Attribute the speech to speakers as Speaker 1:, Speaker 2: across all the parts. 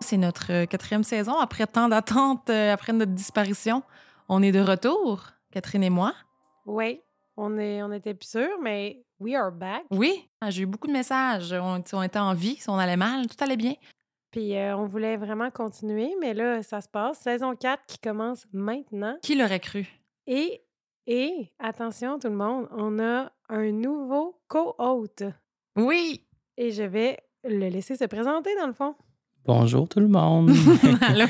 Speaker 1: C'est notre euh, quatrième saison. Après tant d'attentes, euh, après notre disparition, on est de retour, Catherine et moi.
Speaker 2: Oui, on est, on était plus sûrs, mais we are back.
Speaker 1: Oui, ah, j'ai eu beaucoup de messages. On, si on était en vie, si on allait mal, tout allait bien.
Speaker 2: Puis euh, on voulait vraiment continuer, mais là, ça se passe. Saison 4 qui commence maintenant.
Speaker 1: Qui l'aurait cru?
Speaker 2: Et, et attention tout le monde, on a un nouveau co-hôte.
Speaker 1: Oui!
Speaker 2: Et je vais le laisser se présenter dans le fond.
Speaker 3: Bonjour tout le monde.
Speaker 1: Allô?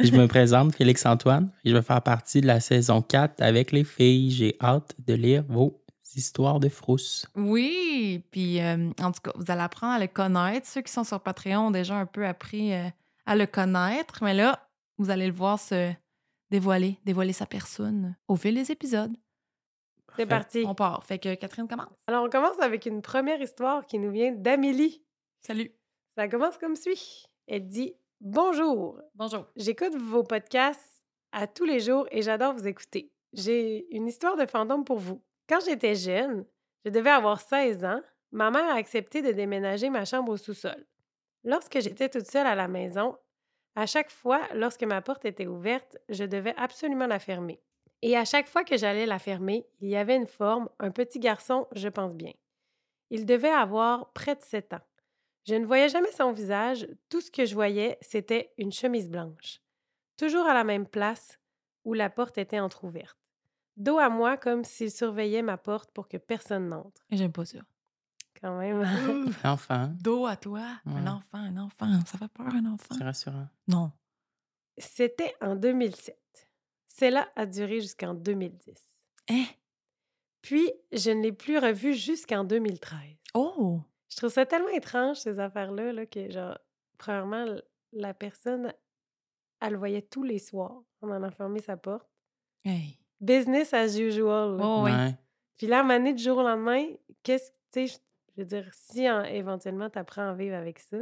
Speaker 3: je me présente Félix-Antoine. et Je vais faire partie de la saison 4 avec les filles. J'ai hâte de lire vos histoires de frousse.
Speaker 1: oui, puis euh, en tout cas, vous allez apprendre à le connaître. Ceux qui sont sur Patreon ont déjà un peu appris euh, à le connaître, mais là, vous allez le voir se dévoiler, dévoiler sa personne au fil des épisodes.
Speaker 2: C'est parti.
Speaker 1: On part. Fait que Catherine commence.
Speaker 2: Alors on commence avec une première histoire qui nous vient d'Amélie.
Speaker 1: Salut.
Speaker 2: Ça commence comme suit. Elle dit Bonjour,
Speaker 1: Bonjour.
Speaker 2: J'écoute vos podcasts à tous les jours et j'adore vous écouter. J'ai une histoire de fantôme pour vous. Quand j'étais jeune, je devais avoir 16 ans, ma mère a accepté de déménager ma chambre au sous-sol. Lorsque j'étais toute seule à la maison, à chaque fois, lorsque ma porte était ouverte, je devais absolument la fermer. Et à chaque fois que j'allais la fermer, il y avait une forme, un petit garçon, je pense bien. Il devait avoir près de 7 ans. Je ne voyais jamais son visage, tout ce que je voyais, c'était une chemise blanche. Toujours à la même place où la porte était entr'ouverte. Dos à moi comme s'il surveillait ma porte pour que personne n'entre.
Speaker 1: J'aime pas ça.
Speaker 2: Quand même.
Speaker 3: Enfant,
Speaker 1: Dos à toi, un
Speaker 3: Ouais.
Speaker 1: enfant, un enfant. Ça fait peur, un enfant.
Speaker 3: c'est rassurant.
Speaker 1: Non.
Speaker 2: C'était en 2007. Cela a duré jusqu'en 2010.
Speaker 1: Hein?
Speaker 2: Puis, je ne l'ai plus revu jusqu'en 2013.
Speaker 1: Oh!
Speaker 2: Je trouve ça tellement étrange, ces affaires-là, là, que, genre, premièrement, l- la personne, elle le voyait tous les soirs. On en a fermé sa porte.
Speaker 1: Hey.
Speaker 2: Business as usual. là.
Speaker 1: Oh, oui.
Speaker 3: Ouais.
Speaker 2: Puis là, à un moment donné, du jour au lendemain, qu'est-ce que, tu sais, je- je veux dire, si en- éventuellement tu apprends à vivre avec ça,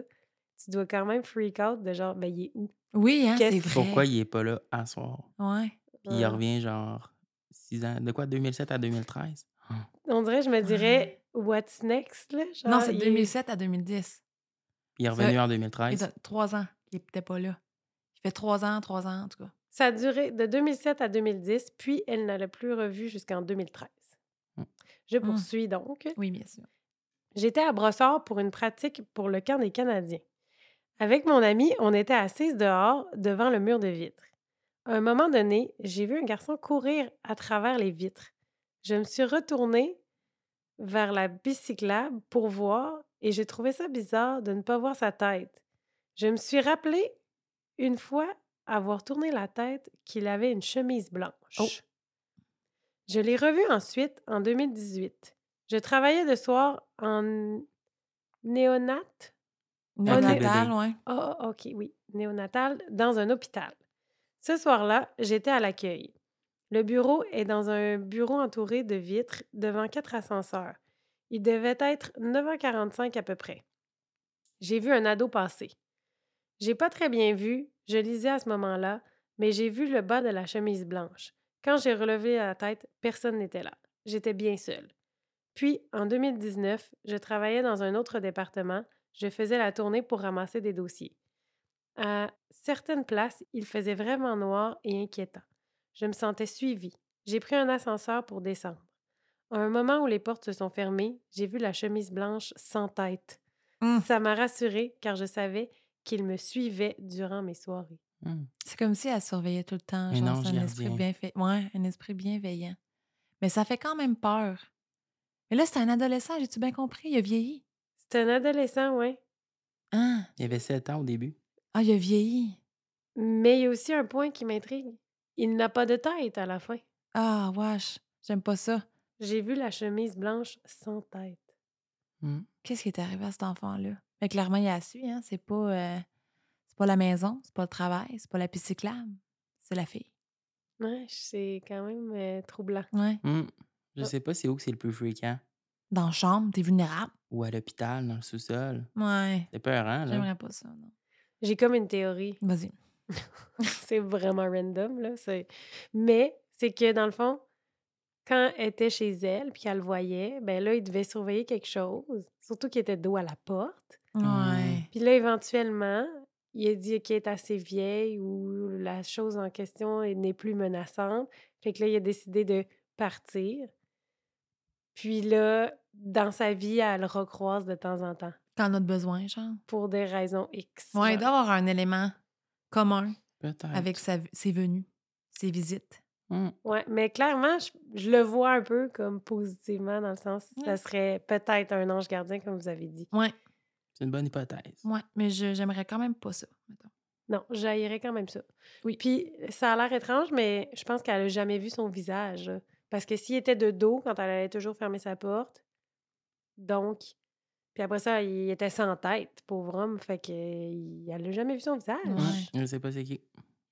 Speaker 2: tu dois quand même freak out de genre, ben, il est où?
Speaker 1: Oui, hein, c'est
Speaker 2: Qu'est-ce-
Speaker 1: vrai. Ah.
Speaker 3: Pourquoi il est pas là à soir?
Speaker 1: Ouais.
Speaker 3: Puis il
Speaker 2: Ouais.
Speaker 3: revient genre 6 ans. De quoi, 2007 à 2013?
Speaker 2: On dirait, je me dirais, what's next, là? Genre,
Speaker 1: non, c'est
Speaker 2: Ah, il est-
Speaker 1: 2007 à 2010.
Speaker 3: Puis il est revenu
Speaker 1: C'est-
Speaker 3: en
Speaker 1: Il
Speaker 3: 2013.
Speaker 1: fait trois ans qu'il n'était pas là. Il fait trois ans, trois ans, en tout cas.
Speaker 2: Ça a duré de 2007 à 2010, puis elle ne l'a plus revu jusqu'en 2013.
Speaker 3: Hmm.
Speaker 2: Je poursuis donc.
Speaker 1: Oui, bien sûr.
Speaker 2: J'étais à Brossard pour une pratique pour le camp des Canadiens. Avec mon ami, on était assises dehors devant le mur de vitres. À un moment donné, j'ai vu un garçon courir à travers les vitres. Je me suis retournée vers la bicyclable pour voir et j'ai trouvé ça bizarre de ne pas voir sa tête. Je me suis rappelé une fois avoir tourné la tête qu'il avait une chemise blanche.
Speaker 1: Oh.
Speaker 2: Je l'ai revu ensuite en 2018. Je travaillais de soir en néonate.
Speaker 1: Néonatal,
Speaker 3: bébé.
Speaker 1: ouais.
Speaker 2: Ah, ah, OK, oui, néonatal, dans un hôpital. Ce soir-là, j'étais à l'accueil. Le bureau est dans un bureau entouré de vitres devant quatre ascenseurs. Il devait être 9h45 à peu près. J'ai vu un ado passer. J'ai pas très bien vu, je lisais à ce moment-là, mais j'ai vu le bas de la chemise blanche. Quand j'ai relevé la tête, personne n'était là. J'étais bien seule. Puis, en 2019, je travaillais dans un autre département. Je faisais la tournée pour ramasser des dossiers. À certaines places, il faisait vraiment noir et inquiétant. Je me sentais suivie. J'ai pris un ascenseur pour descendre. À un moment où les portes se sont fermées, j'ai vu la chemise blanche sans tête.
Speaker 1: Mm.
Speaker 2: Ça m'a rassurée car je savais qu'il me suivait durant mes soirées.
Speaker 1: Oh.
Speaker 3: Hmm.
Speaker 1: C'est comme si elle surveillait tout le temps.
Speaker 3: Un
Speaker 1: Genre,
Speaker 3: ange
Speaker 1: c'est un esprit,
Speaker 3: gardien.
Speaker 1: bien fait... ouais, un esprit bienveillant. Mais ça fait quand même peur. Mais là, c'est un adolescent, j'ai-tu bien compris? Il a vieilli.
Speaker 2: C'est un adolescent, oui.
Speaker 1: Hein?
Speaker 3: Il avait 7 ans au début.
Speaker 1: Ah, il a vieilli.
Speaker 2: Mais il y a aussi un point qui m'intrigue. Il n'a pas de tête à la fin.
Speaker 1: Ah, wesh. J'aime pas ça.
Speaker 2: J'ai vu la chemise blanche sans tête.
Speaker 3: Hmm.
Speaker 1: Qu'est-ce qui est arrivé à cet enfant-là? Mais clairement, il a su, hein? C'est pas, euh, c'est pas la maison, c'est pas le travail, c'est pas la piste cyclable, c'est la fille.
Speaker 2: Ouais, c'est quand même euh, troublant.
Speaker 1: Ouais.
Speaker 3: Hmm.
Speaker 1: Ah.
Speaker 3: Je sais pas c'est où que c'est le plus fréquent.
Speaker 1: Dans la chambre, t'es vulnérable.
Speaker 3: Ou à l'hôpital, dans le sous-sol.
Speaker 1: Ouais.
Speaker 3: C'est peur, hein, là?
Speaker 1: J'aimerais pas ça, non.
Speaker 2: J'ai comme une théorie.
Speaker 1: Vas-y.
Speaker 2: c'est vraiment random, là. c'est- Mais c'est que, dans le fond, quand elle était chez elle, puis qu'elle le voyait, ben là, il devait surveiller quelque chose. Surtout qu'il était dos à la porte.
Speaker 1: Ouais.
Speaker 2: Puis là, éventuellement, il a dit qu'elle est assez vieille ou la chose en question elle n'est plus menaçante. Fait que là, il a décidé de partir. Puis là, dans sa vie, elle le recroise de temps en temps
Speaker 1: Quand on a de besoin, genre.
Speaker 2: pour des raisons X.
Speaker 1: Ouais, il doit avoir un élément commun
Speaker 3: Peut-être.
Speaker 1: avec sa, ses venues, ses visites.
Speaker 3: Hmm.
Speaker 2: Ouais, mais clairement, je, je le vois un peu comme positivement dans le sens que
Speaker 1: Ouais.
Speaker 2: ça serait peut-être un ange gardien, comme vous avez dit.
Speaker 1: Ouais,
Speaker 3: C'est une bonne hypothèse.
Speaker 1: ouais. Mais je- j'aimerais quand même pas ça. mettons.
Speaker 2: Non, j'haïrais quand même ça.
Speaker 1: Oui.
Speaker 2: Puis ça a l'air étrange, mais je pense qu'elle a jamais vu son visage. là. Parce que s'il était de dos, quand elle allait toujours fermer sa porte, donc. Puis après ça, il était sans tête, pauvre homme, fait que il- elle n'a jamais vu son visage.
Speaker 1: Ouais.
Speaker 3: Ouais. Je sais pas c'est qui.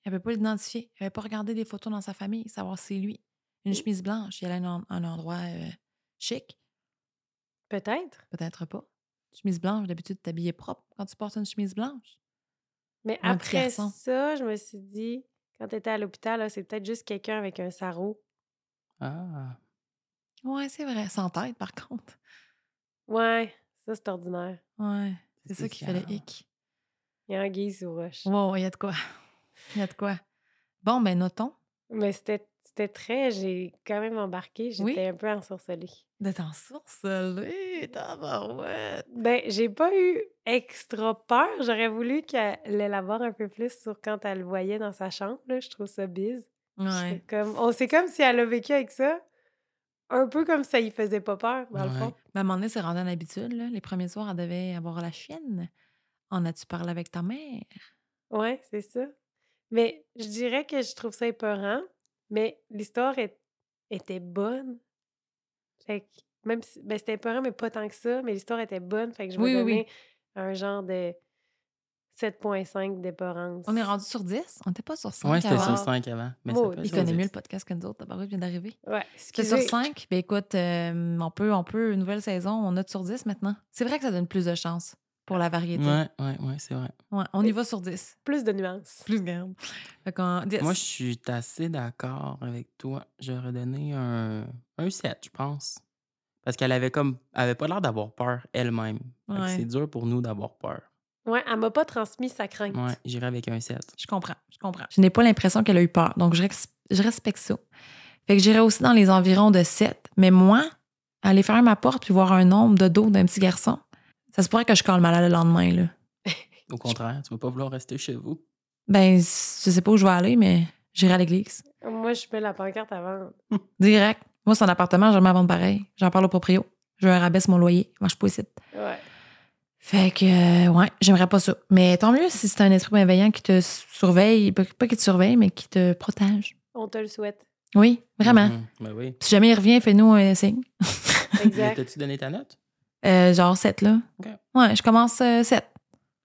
Speaker 1: Elle avait pas l'identifier. Elle avait pas regardé des photos dans sa famille, savoir c'est lui. Une chemise blanche, il allait à un, en- un endroit euh, chic,
Speaker 2: Peut-être.
Speaker 1: peut-être pas. Chemise blanche, d'habitude, t'habillais propre quand tu portes une chemise blanche.
Speaker 2: Mais
Speaker 1: Un
Speaker 2: après
Speaker 1: garçon.
Speaker 2: ça, je me suis dit, quand tu étais à l'hôpital, là, c'est peut-être juste quelqu'un avec un sarrau.
Speaker 3: Ah.
Speaker 1: Ouais, c'est vrai. Sans tête, par contre.
Speaker 2: Ouais, ça c'est ordinaire.
Speaker 1: Ouais. C'est ça qui fait le
Speaker 3: spécial.
Speaker 1: hic.
Speaker 2: Il y a anguille sous roche.
Speaker 1: Wow, il y a de quoi. Il y a de quoi. Bon, ben, notons
Speaker 2: Mais c'était c'était très, j'ai quand même embarqué, j'étais
Speaker 1: Oui.
Speaker 2: un peu ensorcelée.
Speaker 1: d'être ensorcelé, tabarouette.
Speaker 2: Ben, j'ai pas eu extra peur. J'aurais voulu qu'elle l'élabore un peu plus sur quand elle le voyait dans sa chambre. là. Je trouve ça bise.
Speaker 1: Ouais.
Speaker 2: Comme, on c'est comme si elle a vécu avec ça, un peu comme ça, il faisait pas peur, dans le
Speaker 3: Ouais.
Speaker 2: fond.
Speaker 1: Ben, à un moment donné, c'est rendu en habitude. là. Les premiers soirs, elle devait avoir la chienne. En as-tu parlé avec ta mère?
Speaker 2: Ouais, c'est ça. Mais je dirais que je trouve ça épeurant, mais l'histoire est- était bonne. Fait que même si ben, c'était épeurant, mais pas tant que ça, mais l'histoire était bonne. Fait que je vais
Speaker 1: Oui, oui, oui.
Speaker 2: donner un genre de 7.5 d'épeurance.
Speaker 1: On est rendu sur 10? On n'était pas sur 5
Speaker 3: Ouais, c'était
Speaker 1: avant.
Speaker 3: sur
Speaker 2: alors-
Speaker 3: 5 avant. Mais
Speaker 2: Bon,
Speaker 3: ça peut
Speaker 1: Il
Speaker 3: être
Speaker 1: connaît
Speaker 3: sur
Speaker 1: mieux le
Speaker 3: 10.
Speaker 1: podcast que nous autres. Tabarouette vient d'arriver.
Speaker 2: Ouais,
Speaker 1: C'était
Speaker 2: excusez.
Speaker 1: sur 5. Ben, écoute, euh, on, peut, on peut, une nouvelle saison, on note sur 10 maintenant. C'est vrai que ça donne plus de chance pour la variété.
Speaker 3: Ouais, ouais, ouais, c'est vrai.
Speaker 1: Ouais, on y va sur 10.
Speaker 2: Plus de nuances.
Speaker 1: Plus garde. Fait qu'on- 10.
Speaker 3: Moi, je suis assez d'accord avec toi. J'aurais donné un, un 7, je pense. Parce qu'elle avait comme elle avait pas l'air d'avoir peur elle-même. Fait que
Speaker 1: Ouais.
Speaker 3: C'est dur pour nous d'avoir peur.
Speaker 2: Ouais, elle m'a pas transmis sa crainte.
Speaker 3: Ouais, j'irai avec un 7.
Speaker 1: Je comprends, je comprends. Je n'ai pas l'impression qu'elle a eu peur, donc je, rex- je respecte ça. Fait que j'irai aussi dans les environs de 7, mais moi, aller faire ma porte puis voir un nombre de dos d'un petit garçon, ça se pourrait que je colle malade le lendemain, là.
Speaker 3: Au contraire, tu vas pas vouloir rester chez vous.
Speaker 1: Ben, c- je sais pas où je vais aller, mais j'irai à l'église.
Speaker 2: Moi, je mets la pancarte avant.
Speaker 1: Direct. Moi, son appartement, j'aime avant de pareil. J'en parle au proprio. Je veux un rabais sur mon loyer. Marche pas ici.
Speaker 2: Ouais.
Speaker 1: Fait que, euh, ouais, j'aimerais pas ça. Mais tant mieux si c'est un esprit bienveillant qui te surveille, pas pas qui te surveille, mais qui te protège.
Speaker 2: On te le souhaite.
Speaker 1: Oui, vraiment.
Speaker 3: Mhm. Ben oui.
Speaker 1: Si jamais il revient, fais-nous un signe.
Speaker 3: Mais
Speaker 2: Exact.
Speaker 3: T'as-tu donné ta note?
Speaker 1: Euh, genre 7, là.
Speaker 3: Ok.
Speaker 1: Ouais, je commence euh, 7.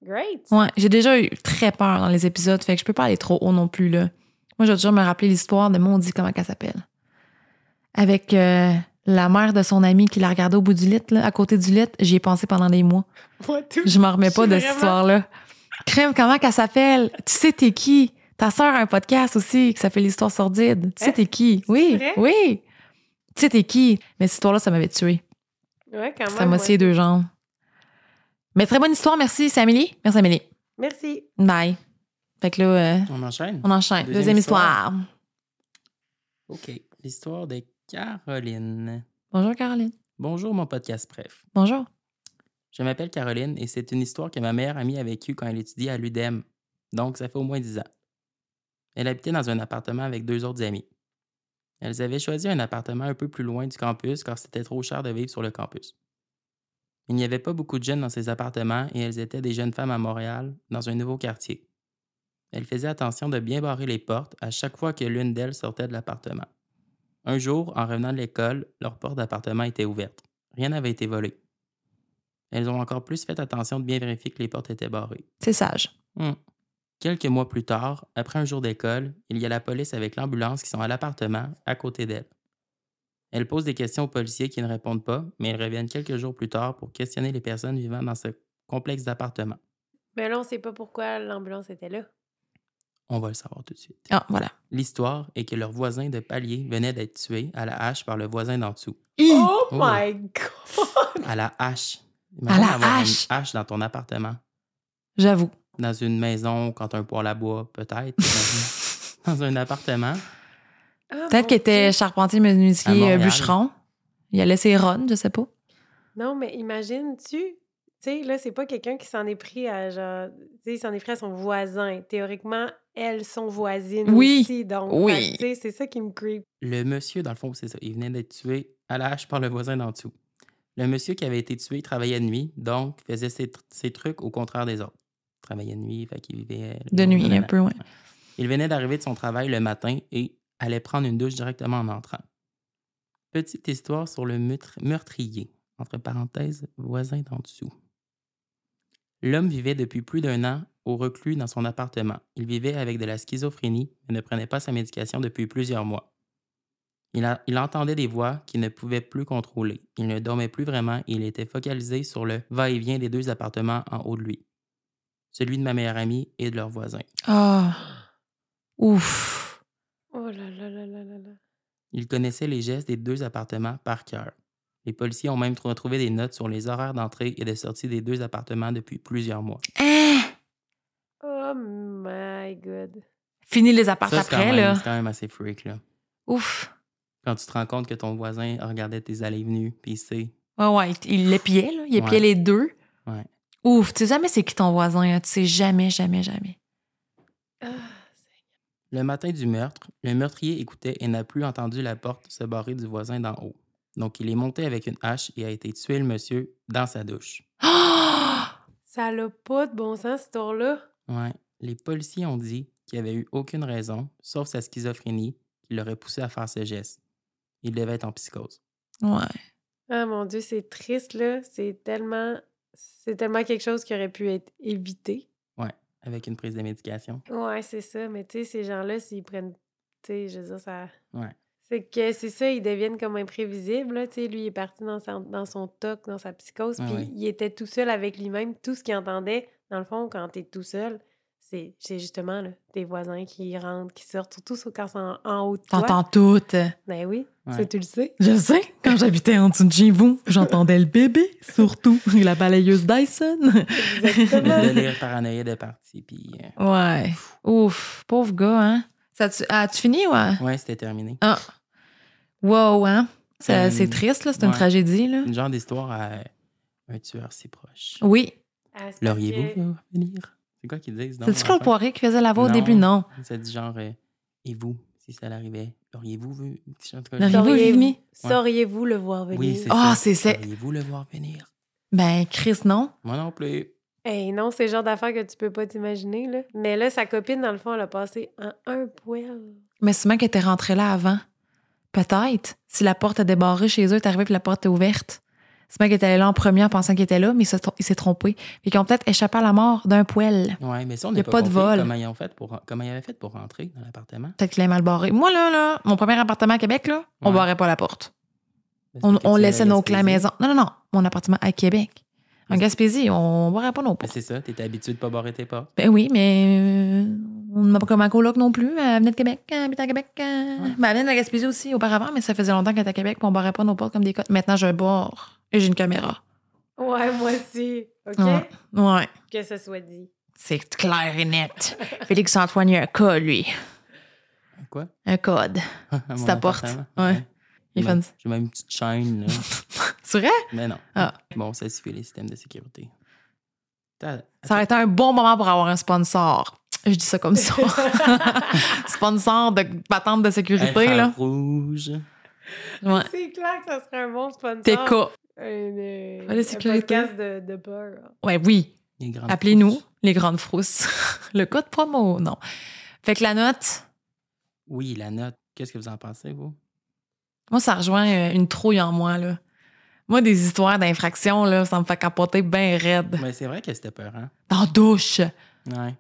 Speaker 2: Great.
Speaker 1: Ouais, j'ai déjà eu très peur dans les épisodes, fait que je peux pas aller trop haut non plus, là. Moi, je vais toujours me rappeler l'histoire de Mondi, comment qu'elle s'appelle. Avec euh, la mère de son amie qui la regardait au bout du lit, là, à côté du lit, j'y ai pensé pendant des mois.
Speaker 2: Moi, tout.
Speaker 1: Je m'en remets pas de
Speaker 2: J'ai
Speaker 1: cette
Speaker 2: vraiment-
Speaker 1: histoire-là. Crème, comment qu'elle s'appelle? Tu sais, t'es qui? Ta sœur a un podcast aussi qui s'appelle L'Histoire sordide. Tu sais,
Speaker 2: Hein?
Speaker 1: t'es qui?
Speaker 2: C'est
Speaker 1: Oui,
Speaker 2: vrai?
Speaker 1: oui. Tu sais, t'es qui? Mais cette histoire-là, ça m'avait tuée.
Speaker 2: Ah, Ouais, quand même.
Speaker 1: Ça m'a
Speaker 2: ouais.
Speaker 1: scié deux jambes. Mais très bonne histoire, merci. C'est Amélie? Merci, Amélie.
Speaker 2: Merci.
Speaker 1: Bye. Fait que là, euh,
Speaker 3: On enchaîne?
Speaker 1: on enchaîne.
Speaker 3: Deuxième
Speaker 1: Deuxième, histoire.
Speaker 3: OK. L'histoire de Caroline.
Speaker 1: Bonjour, Caroline.
Speaker 3: Bonjour, mon podcast Bref.
Speaker 1: Bonjour.
Speaker 3: Je m'appelle Caroline et c'est une histoire que ma meilleure amie a vécue quand elle étudiait à l'UDEM. Donc, ça fait au moins 10 ans. Elle habitait dans un appartement avec deux autres amies. Elles avaient choisi un appartement un peu plus loin du campus car c'était trop cher de vivre sur le campus. Il n'y avait pas beaucoup de jeunes dans ces appartements et elles étaient des jeunes femmes à Montréal, dans un nouveau quartier. Elles faisaient attention de bien barrer les portes à chaque fois que l'une d'elles sortait de l'appartement. Un jour, en revenant de l'école, leur porte d'appartement était ouverte. Rien n'avait été volé.
Speaker 1: Hmm.
Speaker 3: Elles ont encore plus fait attention de bien vérifier que les portes étaient barrées.
Speaker 1: C'est sage.
Speaker 3: Quelques mois plus tard, après un jour d'école, il y a la police avec l'ambulance qui sont à l'appartement, à côté d'elle. Elle pose des questions aux policiers qui ne répondent pas, mais ils reviennent quelques jours plus tard pour questionner les personnes vivant dans ce complexe d'appartements.
Speaker 2: Mais là, on sait pas pourquoi l'ambulance était là.
Speaker 3: On va le savoir tout de suite.
Speaker 1: Ah, voilà.
Speaker 3: L'histoire est que leur voisin de palier venait d'être tué à la hache par le voisin d'en dessous.
Speaker 2: Oh
Speaker 3: Oh.
Speaker 2: my god!
Speaker 3: À la hache.
Speaker 1: À la
Speaker 3: avoir
Speaker 1: hache.
Speaker 3: Une hache dans ton appartement.
Speaker 1: J'avoue.
Speaker 3: Dans une maison, quand un poêle à bois, peut-être. dans un- dans un appartement.
Speaker 2: Ah,
Speaker 1: Peut-être
Speaker 2: mon
Speaker 1: qu'il était
Speaker 2: Dieu.
Speaker 1: charpentier,
Speaker 3: À
Speaker 1: menuisier, euh,
Speaker 3: Montréal.
Speaker 1: bûcheron. Il a laissé Ron, je sais pas.
Speaker 2: Non, mais imagines-tu? Tu sais, là, c'est pas quelqu'un qui s'en est pris à genre. Tu sais, il s'en est pris à son voisin. Théoriquement, elles sont voisines
Speaker 1: Oui.
Speaker 2: aussi. Donc,
Speaker 1: Oui.
Speaker 2: fait que, tu sais, c'est ça qui me creep.
Speaker 3: Le monsieur, dans le fond, c'est ça. Il venait d'être tué à la hache par le voisin d'en dessous. Le monsieur qui avait été tué travaillait de nuit, donc faisait ses, tr- ses trucs au contraire des autres. Travaillait de nuit, fait qu'il vivait. le
Speaker 1: De
Speaker 3: jour
Speaker 1: nuit,
Speaker 3: la
Speaker 1: un
Speaker 3: nuit.
Speaker 1: peu, ouais.
Speaker 3: Il venait d'arriver de son travail le matin et allait prendre une douche directement en entrant. Petite histoire sur le meurtri- meurtrier, entre parenthèses, voisin d'en dessous. L'homme vivait depuis plus d'un an au reclus dans son appartement. Il vivait avec de la schizophrénie et ne prenait pas sa médication depuis plusieurs mois. Il, a- il entendait des voix qu'il ne pouvait plus contrôler. Il ne dormait plus vraiment et il était focalisé sur le va-et-vient des deux appartements en haut de lui, celui de ma meilleure amie et de leur voisin.
Speaker 1: Ah. Ouf.
Speaker 2: Oh là là là là là là.
Speaker 3: Il connaissait les gestes des deux appartements par cœur. Les policiers ont même tr- retrouvé des notes sur les horaires d'entrée et de sortie des deux appartements depuis plusieurs mois.
Speaker 1: Hein?
Speaker 2: Oh my god.
Speaker 1: Fini les apparts
Speaker 3: Ça, c'est quand
Speaker 1: après,
Speaker 3: même-
Speaker 1: là.
Speaker 3: c'est quand même assez freak, là.
Speaker 1: Ouf.
Speaker 3: Quand tu te rends compte que ton voisin regardait tes allées et venues, puis il sait.
Speaker 1: Ouais, ouais. il- Il l'épiait, là. Il
Speaker 3: Ouais.
Speaker 1: épiait les deux.
Speaker 3: Ouais.
Speaker 1: Ouf. Tu sais jamais c'est qui ton voisin, là. Tu sais jamais, jamais, jamais.
Speaker 2: Ah,
Speaker 3: Le matin du meurtre, le meurtrier écoutait et n'a plus entendu la porte se barrer du voisin d'en haut. Donc, il est monté avec une hache et a été tué le monsieur dans sa douche.
Speaker 1: Ah!
Speaker 2: ça n'a pas de bon sens, cette histoire-là.
Speaker 3: Ouais. Les policiers ont dit qu'il n'y avait eu aucune raison, sauf sa schizophrénie, qui l'aurait poussé à faire ce geste. Il devait être en psychose.
Speaker 1: Ouais.
Speaker 2: Ah mon dieu, c'est triste, là. C'est tellement. C'est tellement quelque chose qui aurait pu être évité.
Speaker 3: Avec une prise de médication.
Speaker 2: Ouais, c'est ça. Mais tu sais, ces gens-là, s'ils prennent. Tu sais, je veux dire, ça.
Speaker 3: Ouais.
Speaker 2: C'est que c'est ça, ils deviennent comme imprévisibles. Là. Tu sais, lui, il est parti dans, sa- dans son toc, dans sa psychose,
Speaker 3: Ah
Speaker 2: puis
Speaker 3: ouais.
Speaker 2: il était tout seul avec lui-même. Tout ce qu'il entendait, dans le fond, quand t'es tout seul, c'est c'est justement là, tes voisins qui rentrent, qui sortent, surtout sur- quand c'est en, en haut de toi.
Speaker 1: T'entends tout.
Speaker 2: Ben oui,
Speaker 3: Ouais.
Speaker 2: ça, tu le sais.
Speaker 1: Je sais, quand j'habitais en dessous de chez vous, j'entendais le bébé, surtout la balayeuse Dyson.
Speaker 3: Le
Speaker 2: Exactement.
Speaker 3: délire paranoïde est parti. Puis, euh,
Speaker 1: Ouais. Ouf, pauvre gars, hein. Ça tu, as-tu fini, ouais?
Speaker 3: ouais, c'était terminé.
Speaker 1: Ah. Wow, hein. Ça-
Speaker 3: Euh,
Speaker 1: c'est triste, là. C'est une
Speaker 3: ouais.
Speaker 1: tragédie, là.
Speaker 3: Une genre d'histoire à un tueur si proche.
Speaker 1: Oui.
Speaker 2: Ah, c'est parce que-
Speaker 3: L'auriez-vous fait revenir? C'est quoi qu'ils disent? dans
Speaker 1: C'est-tu Claude
Speaker 3: l'enfant?
Speaker 1: Poiré qui faisait la voix au
Speaker 3: Non.
Speaker 1: début? Non.
Speaker 3: Ça dit genre, euh, et vous, si ça l'arrivait, l'auriez-vous vu? En tout cas,
Speaker 1: L'auriez-vous
Speaker 3: genre-
Speaker 1: vu venir?
Speaker 2: Sauriez-vous le voir venir?
Speaker 3: Oui, c'est
Speaker 1: Ah,
Speaker 3: ça.
Speaker 1: c'est ça.
Speaker 3: Auriez-vous le voir venir?
Speaker 1: Ben, Chris, non.
Speaker 3: Moi non plus.
Speaker 2: Hey, non, c'est le genre d'affaires que tu peux pas t'imaginer, là. Mais là, sa copine, dans le fond, elle a passé en un poil.
Speaker 1: Mais sûrement qu'elle était rentrée là avant. Peut-être. Si la porte a débarré chez eux, est arrivé puis la porte est ouverte. Sûrement qu'elle était allée là en premier en pensant qu'il était là, mais il s'est trom- il s'est trompé. Et qu'ils ont peut-être échappé à la mort d'un poêle.
Speaker 3: Ouais, mais ça, on
Speaker 1: Y
Speaker 3: n'a
Speaker 1: a
Speaker 3: pas,
Speaker 1: pas de
Speaker 3: compris
Speaker 1: vol.
Speaker 3: Comment ils, ont fait pour, comment ils avaient fait pour rentrer dans l'appartement?
Speaker 1: Peut-être qu'il est mal barré. Moi, là, là, mon premier appartement à Québec, là, on
Speaker 3: Ouais.
Speaker 1: barrait pas la porte.
Speaker 3: Parce
Speaker 1: On,
Speaker 3: que
Speaker 1: on
Speaker 3: tu
Speaker 1: laissait
Speaker 3: l'as
Speaker 1: nos clés à la
Speaker 3: Gaspésie.
Speaker 1: maison. Non, non, non. Mon appartement à Québec. En
Speaker 3: Mais-
Speaker 1: Gaspésie, on barrait pas nos
Speaker 3: Mais
Speaker 1: portes.
Speaker 3: c'est ça, t'étais habitué de pas barrer tes portes.
Speaker 1: Ben oui, mais euh, on n'a pas comme un coloc non plus. euh, Elle venait de Québec, elle habitait à Québec. euh,
Speaker 3: Ouais.
Speaker 1: ben, elle venait de la Gaspésie aussi auparavant, mais ça faisait longtemps qu'elle était à Québec, puis on barrait pas nos portes comme des cotes. Maintenant, je bord et j'ai une caméra.
Speaker 2: Ouais, moi aussi. OK?
Speaker 1: Ouais. Ouais,
Speaker 2: Que ce soit dit.
Speaker 1: c'est clair et net. Félix-Antoine, il y a un cas, lui.
Speaker 3: Quoi?
Speaker 1: Un code.
Speaker 3: À mon
Speaker 1: ta porte.
Speaker 3: appartement.
Speaker 1: Ouais. Il est
Speaker 3: J'ai même-
Speaker 1: fun.
Speaker 3: J'ai même une petite chaîne, là.
Speaker 1: C'est vrai?
Speaker 3: mais non.
Speaker 1: Ah.
Speaker 3: Bon, ça suffit les systèmes de sécurité. T'as-
Speaker 1: Ça aurait été un bon moment pour avoir un sponsor. Je dis ça comme ça. sponsor de patente de sécurité,
Speaker 3: Hey,
Speaker 1: là.
Speaker 3: rouge.
Speaker 1: Ouais.
Speaker 2: C'est clair que ça serait un bon sponsor.
Speaker 1: Tes cas.
Speaker 2: Un, euh,
Speaker 1: Ah, la
Speaker 2: un
Speaker 1: sécurité.
Speaker 2: podcast de, de peur.
Speaker 1: Ouais, oui.
Speaker 3: les grandes
Speaker 1: Appelez-nous,
Speaker 3: trousses.
Speaker 1: les grandes frousses. le code promo, non. Fait que la note,
Speaker 3: Oui, la note. Qu'est-ce que vous en pensez, vous?
Speaker 1: moi, ça rejoint euh, une trouille en moi, là. Moi, des histoires d'infraction, là, ça me fait capoter bien raide.
Speaker 3: Mais c'est vrai que c'était peur, hein?
Speaker 1: Dans la douche.
Speaker 3: Ouais.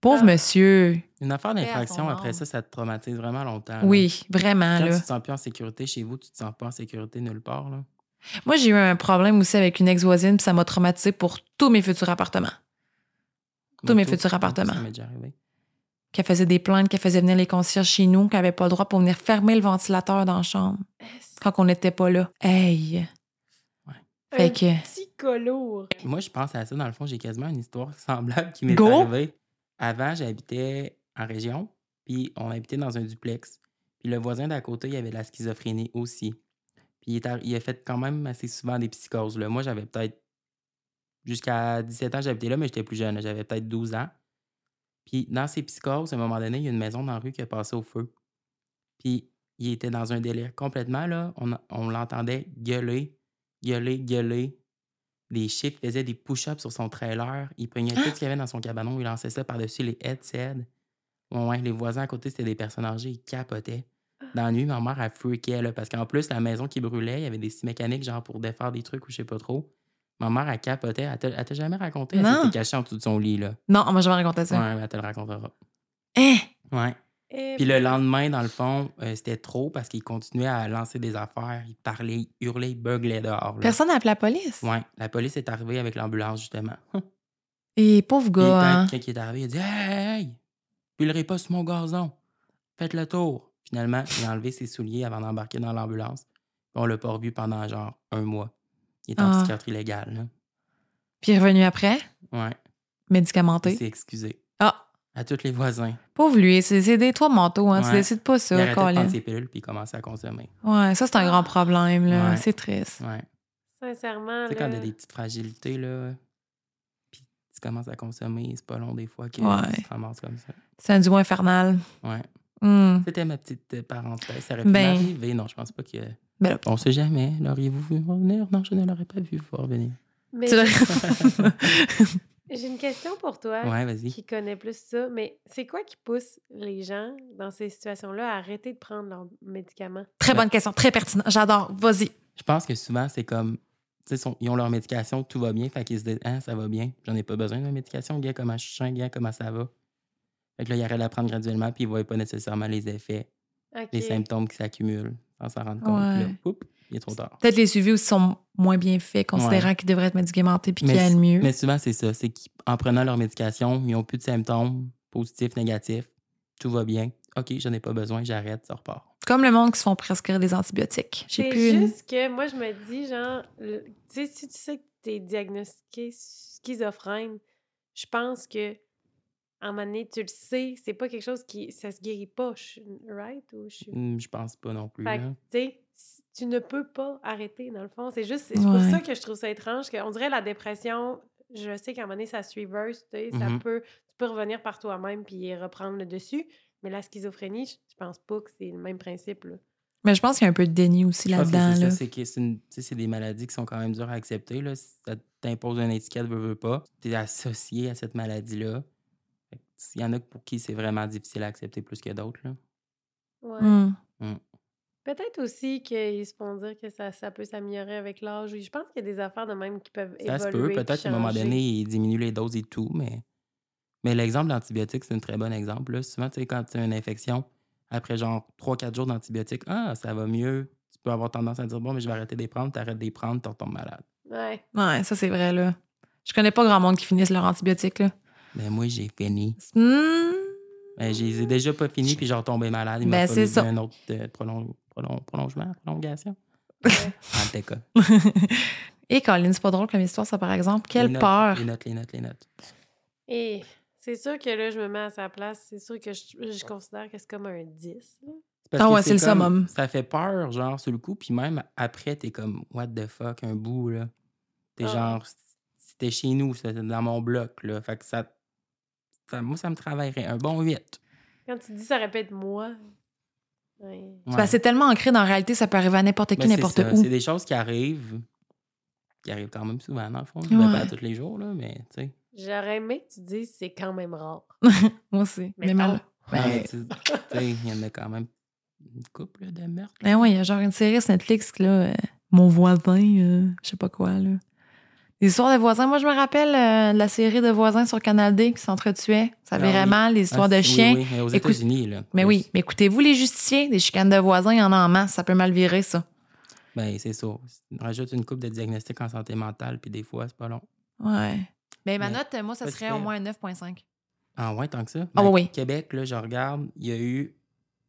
Speaker 1: Pauvre
Speaker 2: Ah.
Speaker 1: monsieur.
Speaker 3: Une affaire
Speaker 1: Paix à
Speaker 3: d'infraction,
Speaker 1: son
Speaker 3: après
Speaker 1: âme.
Speaker 3: ça, ça te traumatise vraiment longtemps. là.
Speaker 1: Oui, vraiment,
Speaker 3: Quand
Speaker 1: là.
Speaker 3: tu te sens plus en sécurité chez vous, tu te sens pas en sécurité nulle part. Là.
Speaker 1: Moi, j'ai eu un problème aussi avec une ex-voisine, puis ça m'a traumatisée pour tous mes futurs appartements. Tous mes
Speaker 3: Moi,
Speaker 1: futurs
Speaker 3: ça
Speaker 1: appartements.
Speaker 3: m'est déjà arrivé.
Speaker 1: Qu'elle faisait des plaintes, qu'elle faisait venir les concierges chez nous, qu'elle n'avait pas le droit pour venir fermer le ventilateur dans la chambre quand on n'était pas là. Hey! Fait que.
Speaker 2: Petit cas lourd.
Speaker 3: Moi, je pense à ça. Dans le fond, j'ai quasiment une histoire semblable qui m'est
Speaker 1: Go!
Speaker 3: arrivée. Avant, j'habitais en région, puis on habitait dans un duplex. Puis le voisin d'à côté, il avait de la schizophrénie aussi. Puis il, est arri- il a fait quand même assez souvent des psychoses. Là. Moi, j'avais peut-être. Jusqu'à 17 ans, j'habitais là, mais j'étais plus jeune. là. J'avais peut-être 12 ans. Puis dans ces psychoses, à un moment donné, il y a une maison dans la rue qui a passé au feu. Puis il était dans un délire complètement. là. On, on l'entendait gueuler, gueuler, gueuler. Les chiffres faisaient des push-ups sur son trailer. Il prenait
Speaker 1: Ah!
Speaker 3: tout ce qu'il y avait dans son cabanon. Il lançait ça par-dessus les headsets. Ouais, ouais, les voisins à côté, c'était des personnes âgées. Ils capotaient.
Speaker 1: Ah!
Speaker 3: Dans la nuit, ma mère, elle freakait. Là, parce qu'en plus, la maison qui brûlait, il y avait des scies mécaniques genre pour défaire des trucs ou je sais pas trop. Ma mère, elle capotait. Elle t'a- elle t'a jamais raconté. Elle
Speaker 1: Non.
Speaker 3: s'était cachée en dessous de son lit. là.
Speaker 1: Non, moi, je vais raconter ça.
Speaker 3: Ouais, mais elle te le racontera.
Speaker 1: Hein?
Speaker 3: Ouais.
Speaker 2: Eh
Speaker 3: Puis le lendemain, dans le fond, euh, c'était trop parce qu'il continuait à lancer des affaires. Il parlait, il hurlait, il beuglait dehors. là.
Speaker 1: Personne n'a appelé la police.
Speaker 3: Ouais, la police est arrivée avec l'ambulance, justement.
Speaker 1: Et pauvre
Speaker 3: Puis
Speaker 1: gars, Oh hein?
Speaker 3: quand quelqu'un est arrivé, il a dit Hey, hey, pilerez pas sur mon gazon. Faites le tour. Finalement, il a enlevé ses souliers avant d'embarquer dans l'ambulance. Puis On l'a pas revu pendant genre un mois. Il est en
Speaker 1: Ah.
Speaker 3: psychiatrie légale.
Speaker 1: Puis il est revenu après,
Speaker 3: là. Ouais. Il s'est
Speaker 1: médicamenté.
Speaker 3: excusé.
Speaker 1: Ah,
Speaker 3: À tous les voisins.
Speaker 1: pauvre lui, c'est c'est des toits mentaux, hein. Tu
Speaker 3: Ouais.
Speaker 1: décides pas
Speaker 3: Il a
Speaker 1: ça,
Speaker 3: arrêté de
Speaker 1: Colin.
Speaker 3: prendre ses pilules puis il commençait à consommer.
Speaker 1: Ouais, ça, c'est un grand problème, là.
Speaker 3: Ouais.
Speaker 1: C'est triste.
Speaker 3: Ouais.
Speaker 2: Sincèrement,
Speaker 3: Tu sais, quand
Speaker 2: là,
Speaker 3: t'as des petites fragilités, là, puis tu commences à consommer, c'est pas long des fois que
Speaker 1: Ouais.
Speaker 3: tu te ramasses comme ça.
Speaker 1: C'est un duo infernal.
Speaker 3: Ouais.
Speaker 1: Hmm.
Speaker 3: C'était ma petite euh, parenthèse. Ça aurait pu
Speaker 1: Ben.
Speaker 3: m'arriver. Non, je pense pas que.
Speaker 1: Ben là-
Speaker 3: On sait jamais. L'auriez-vous vu revenir? Non, je ne l'aurais pas vu voir venir.
Speaker 2: mais
Speaker 1: Tu
Speaker 2: j'ai-
Speaker 1: l'as-
Speaker 2: j'ai une question pour toi
Speaker 3: Ouais, vas-y.
Speaker 2: qui connais plus ça, mais c'est quoi qui pousse les gens dans ces situations-là à arrêter de prendre leurs médicaments?
Speaker 1: Très bonne question, très pertinente. J'adore. Vas-y.
Speaker 3: Je pense que souvent, c'est comme. Tu sais, sont- ils ont leur médication, tout va bien. Fait qu'ils se disent, ah, ça va bien. J'en ai pas besoin de ma médication. Gars, comment je suis, gars, comment ça va. Fait que là, ils arrêtent de la prendre graduellement, puis ils voient pas nécessairement les effets,
Speaker 2: Ok.
Speaker 3: les symptômes qui s'accumulent, sans s'en rendre compte. Puis là,
Speaker 1: Ouais.
Speaker 3: poup, il est trop tard.
Speaker 1: Peut-être les suivis aussi sont moins bien faits, considérant qu'ils devraient être médicamentés puis qu'il y a
Speaker 3: s-
Speaker 1: le mieux.
Speaker 3: mais souvent, c'est ça. C'est qu'en prenant leur médication, ils n'ont plus de symptômes, positifs, négatifs. Tout va bien. OK, j'en ai pas besoin, j'arrête, ça repart.
Speaker 1: Comme le monde qui se font prescrire des antibiotiques. J'ai
Speaker 2: C'est
Speaker 1: plus. une-
Speaker 2: juste que moi, je me dis, genre, le- tu sais, si tu sais que t'es diagnostiqué schizophrène, je pense que, à un moment donné, tu le sais, c'est pas quelque chose qui. Ça se guérit pas, je suis- right? Ou je suis.
Speaker 3: Hmm, je pense pas non plus.
Speaker 2: Fait que,
Speaker 1: hein.
Speaker 3: là.
Speaker 2: tu sais, si- tu ne peux pas arrêter, dans le fond. C'est juste, c'est pour
Speaker 1: Ouais.
Speaker 2: ça que je trouve ça étrange, qu'on dirait la dépression, je sais qu'à un moment donné, ça se reverse, tu sais, ça
Speaker 1: Mm-hmm.
Speaker 3: Mhm.
Speaker 2: peut, tu peux revenir par toi-même puis reprendre le dessus, mais la schizophrénie, je je pense pas que c'est le même principe, là.
Speaker 1: Mais je pense qu'il y a un peu de déni aussi
Speaker 3: Je pense que
Speaker 1: là-dedans.
Speaker 3: c'est ça,
Speaker 1: Là.
Speaker 3: c'est que c'est une- tu sais, c'est des maladies qui sont quand même dures à accepter. Là. Ça t'impose une étiquette, veux, veux pas. Tu es associé à cette maladie-là. Fait que Il y en a pour qui c'est vraiment difficile à accepter plus que d'autres. là.
Speaker 2: Ouais.
Speaker 1: Hmm.
Speaker 2: Peut-être aussi qu'ils se font dire que ça, ça peut s'améliorer avec l'âge. Oui, Je pense qu'il y a des affaires de même qui peuvent
Speaker 3: Ça
Speaker 2: évoluer.
Speaker 3: se peut.
Speaker 2: puis
Speaker 3: Peut-être qu'à un moment
Speaker 2: changer.
Speaker 3: donné, il diminue les doses et tout, mais, mais l'exemple d'antibiotiques, c'est un très bon exemple. là. Souvent, tu sais, quand tu as une infection, après genre 3-4 jours d'antibiotiques, ah, ça va mieux. Tu peux avoir tendance à dire, bon, mais je vais arrêter de les prendre, tu arrêtes de les prendre, tu retombes malade.
Speaker 2: Ouais.
Speaker 1: Ouais, ça, c'est vrai, là. Je connais pas grand monde qui finissent leur antibiotique, là.
Speaker 3: Mais moi, j'ai fini.
Speaker 1: Hmm.
Speaker 3: Ben, je les ai déjà pas fini, puis j'ai retombé malade. Il m'a
Speaker 1: Ben,
Speaker 3: fallu
Speaker 1: c'est ça.
Speaker 3: un autre euh, prolong- prolong- prolongement, prolongation.
Speaker 2: ouais.
Speaker 3: En tout cas.
Speaker 1: Et Colin, c'est pas drôle comme histoire, ça, par exemple. Quelle
Speaker 3: les notes,
Speaker 1: peur.
Speaker 3: Les notes, les notes, les notes.
Speaker 2: Et c'est sûr que là, je me mets à sa place. C'est sûr que je, je considère que c'est comme un 10. là.
Speaker 3: Parce
Speaker 1: Ah
Speaker 3: que
Speaker 1: ouais, c'est le
Speaker 3: comme-
Speaker 1: summum.
Speaker 3: Ça fait peur, genre, sur le coup. Puis même après, t'es comme, what the fuck, un bout, là. T'es
Speaker 2: Ah.
Speaker 3: genre, c'était chez nous, c'était dans mon bloc, là. Fait que ça, ça- Moi, ça me travaillerait. Un bon 8.
Speaker 2: Quand tu dis ça répète moi. Ouais.
Speaker 1: C'est parce que c'est tellement ancré dans la réalité, ça peut arriver à n'importe qui, n'importe où.
Speaker 3: Ben, C'est des choses qui arrivent, qui arrivent quand même souvent, dans le fond. Ben,
Speaker 1: Ouais.
Speaker 3: Pas tous les jours, là, mais tu sais.
Speaker 2: J'aurais aimé que tu dises c'est quand même rare.
Speaker 1: Moi aussi. Mais
Speaker 2: Mettons.
Speaker 1: mal.
Speaker 3: Non, mais
Speaker 1: Ben,
Speaker 3: tu tu sais, il y en a quand même une couple là, de meurtres. là.
Speaker 1: ben ouais, il y a genre une série sur Netflix, là. euh, Mon voisin, euh, je sais pas quoi, là. Des histoires de voisins. Moi, je me rappelle euh, de la série de voisins sur Canal D qui s'entretuaient. Ça
Speaker 3: Ah
Speaker 1: virait
Speaker 3: oui.
Speaker 1: mal, les histoires
Speaker 3: Ah,
Speaker 1: de
Speaker 3: oui,
Speaker 1: chiens.
Speaker 3: oui, mais aux
Speaker 1: Écoute-
Speaker 3: États-Unis, là.
Speaker 1: Mais oui, mais écoutez-vous les justiciers, des chicanes de voisins, il y en a en masse, ça peut mal virer ça.
Speaker 3: Ben, c'est ça. Rajoute une coupe de diagnostic en santé mentale, puis des fois, c'est pas long.
Speaker 1: Ouais. Mais ma
Speaker 3: Mais
Speaker 1: note, moi, ça
Speaker 3: pas
Speaker 1: serait
Speaker 3: super.
Speaker 1: au moins 9.5.
Speaker 3: Ah ouais, tant que ça?
Speaker 1: Ah
Speaker 3: Ben,
Speaker 1: oui, oui.
Speaker 3: Québec, là, je regarde, il y a eu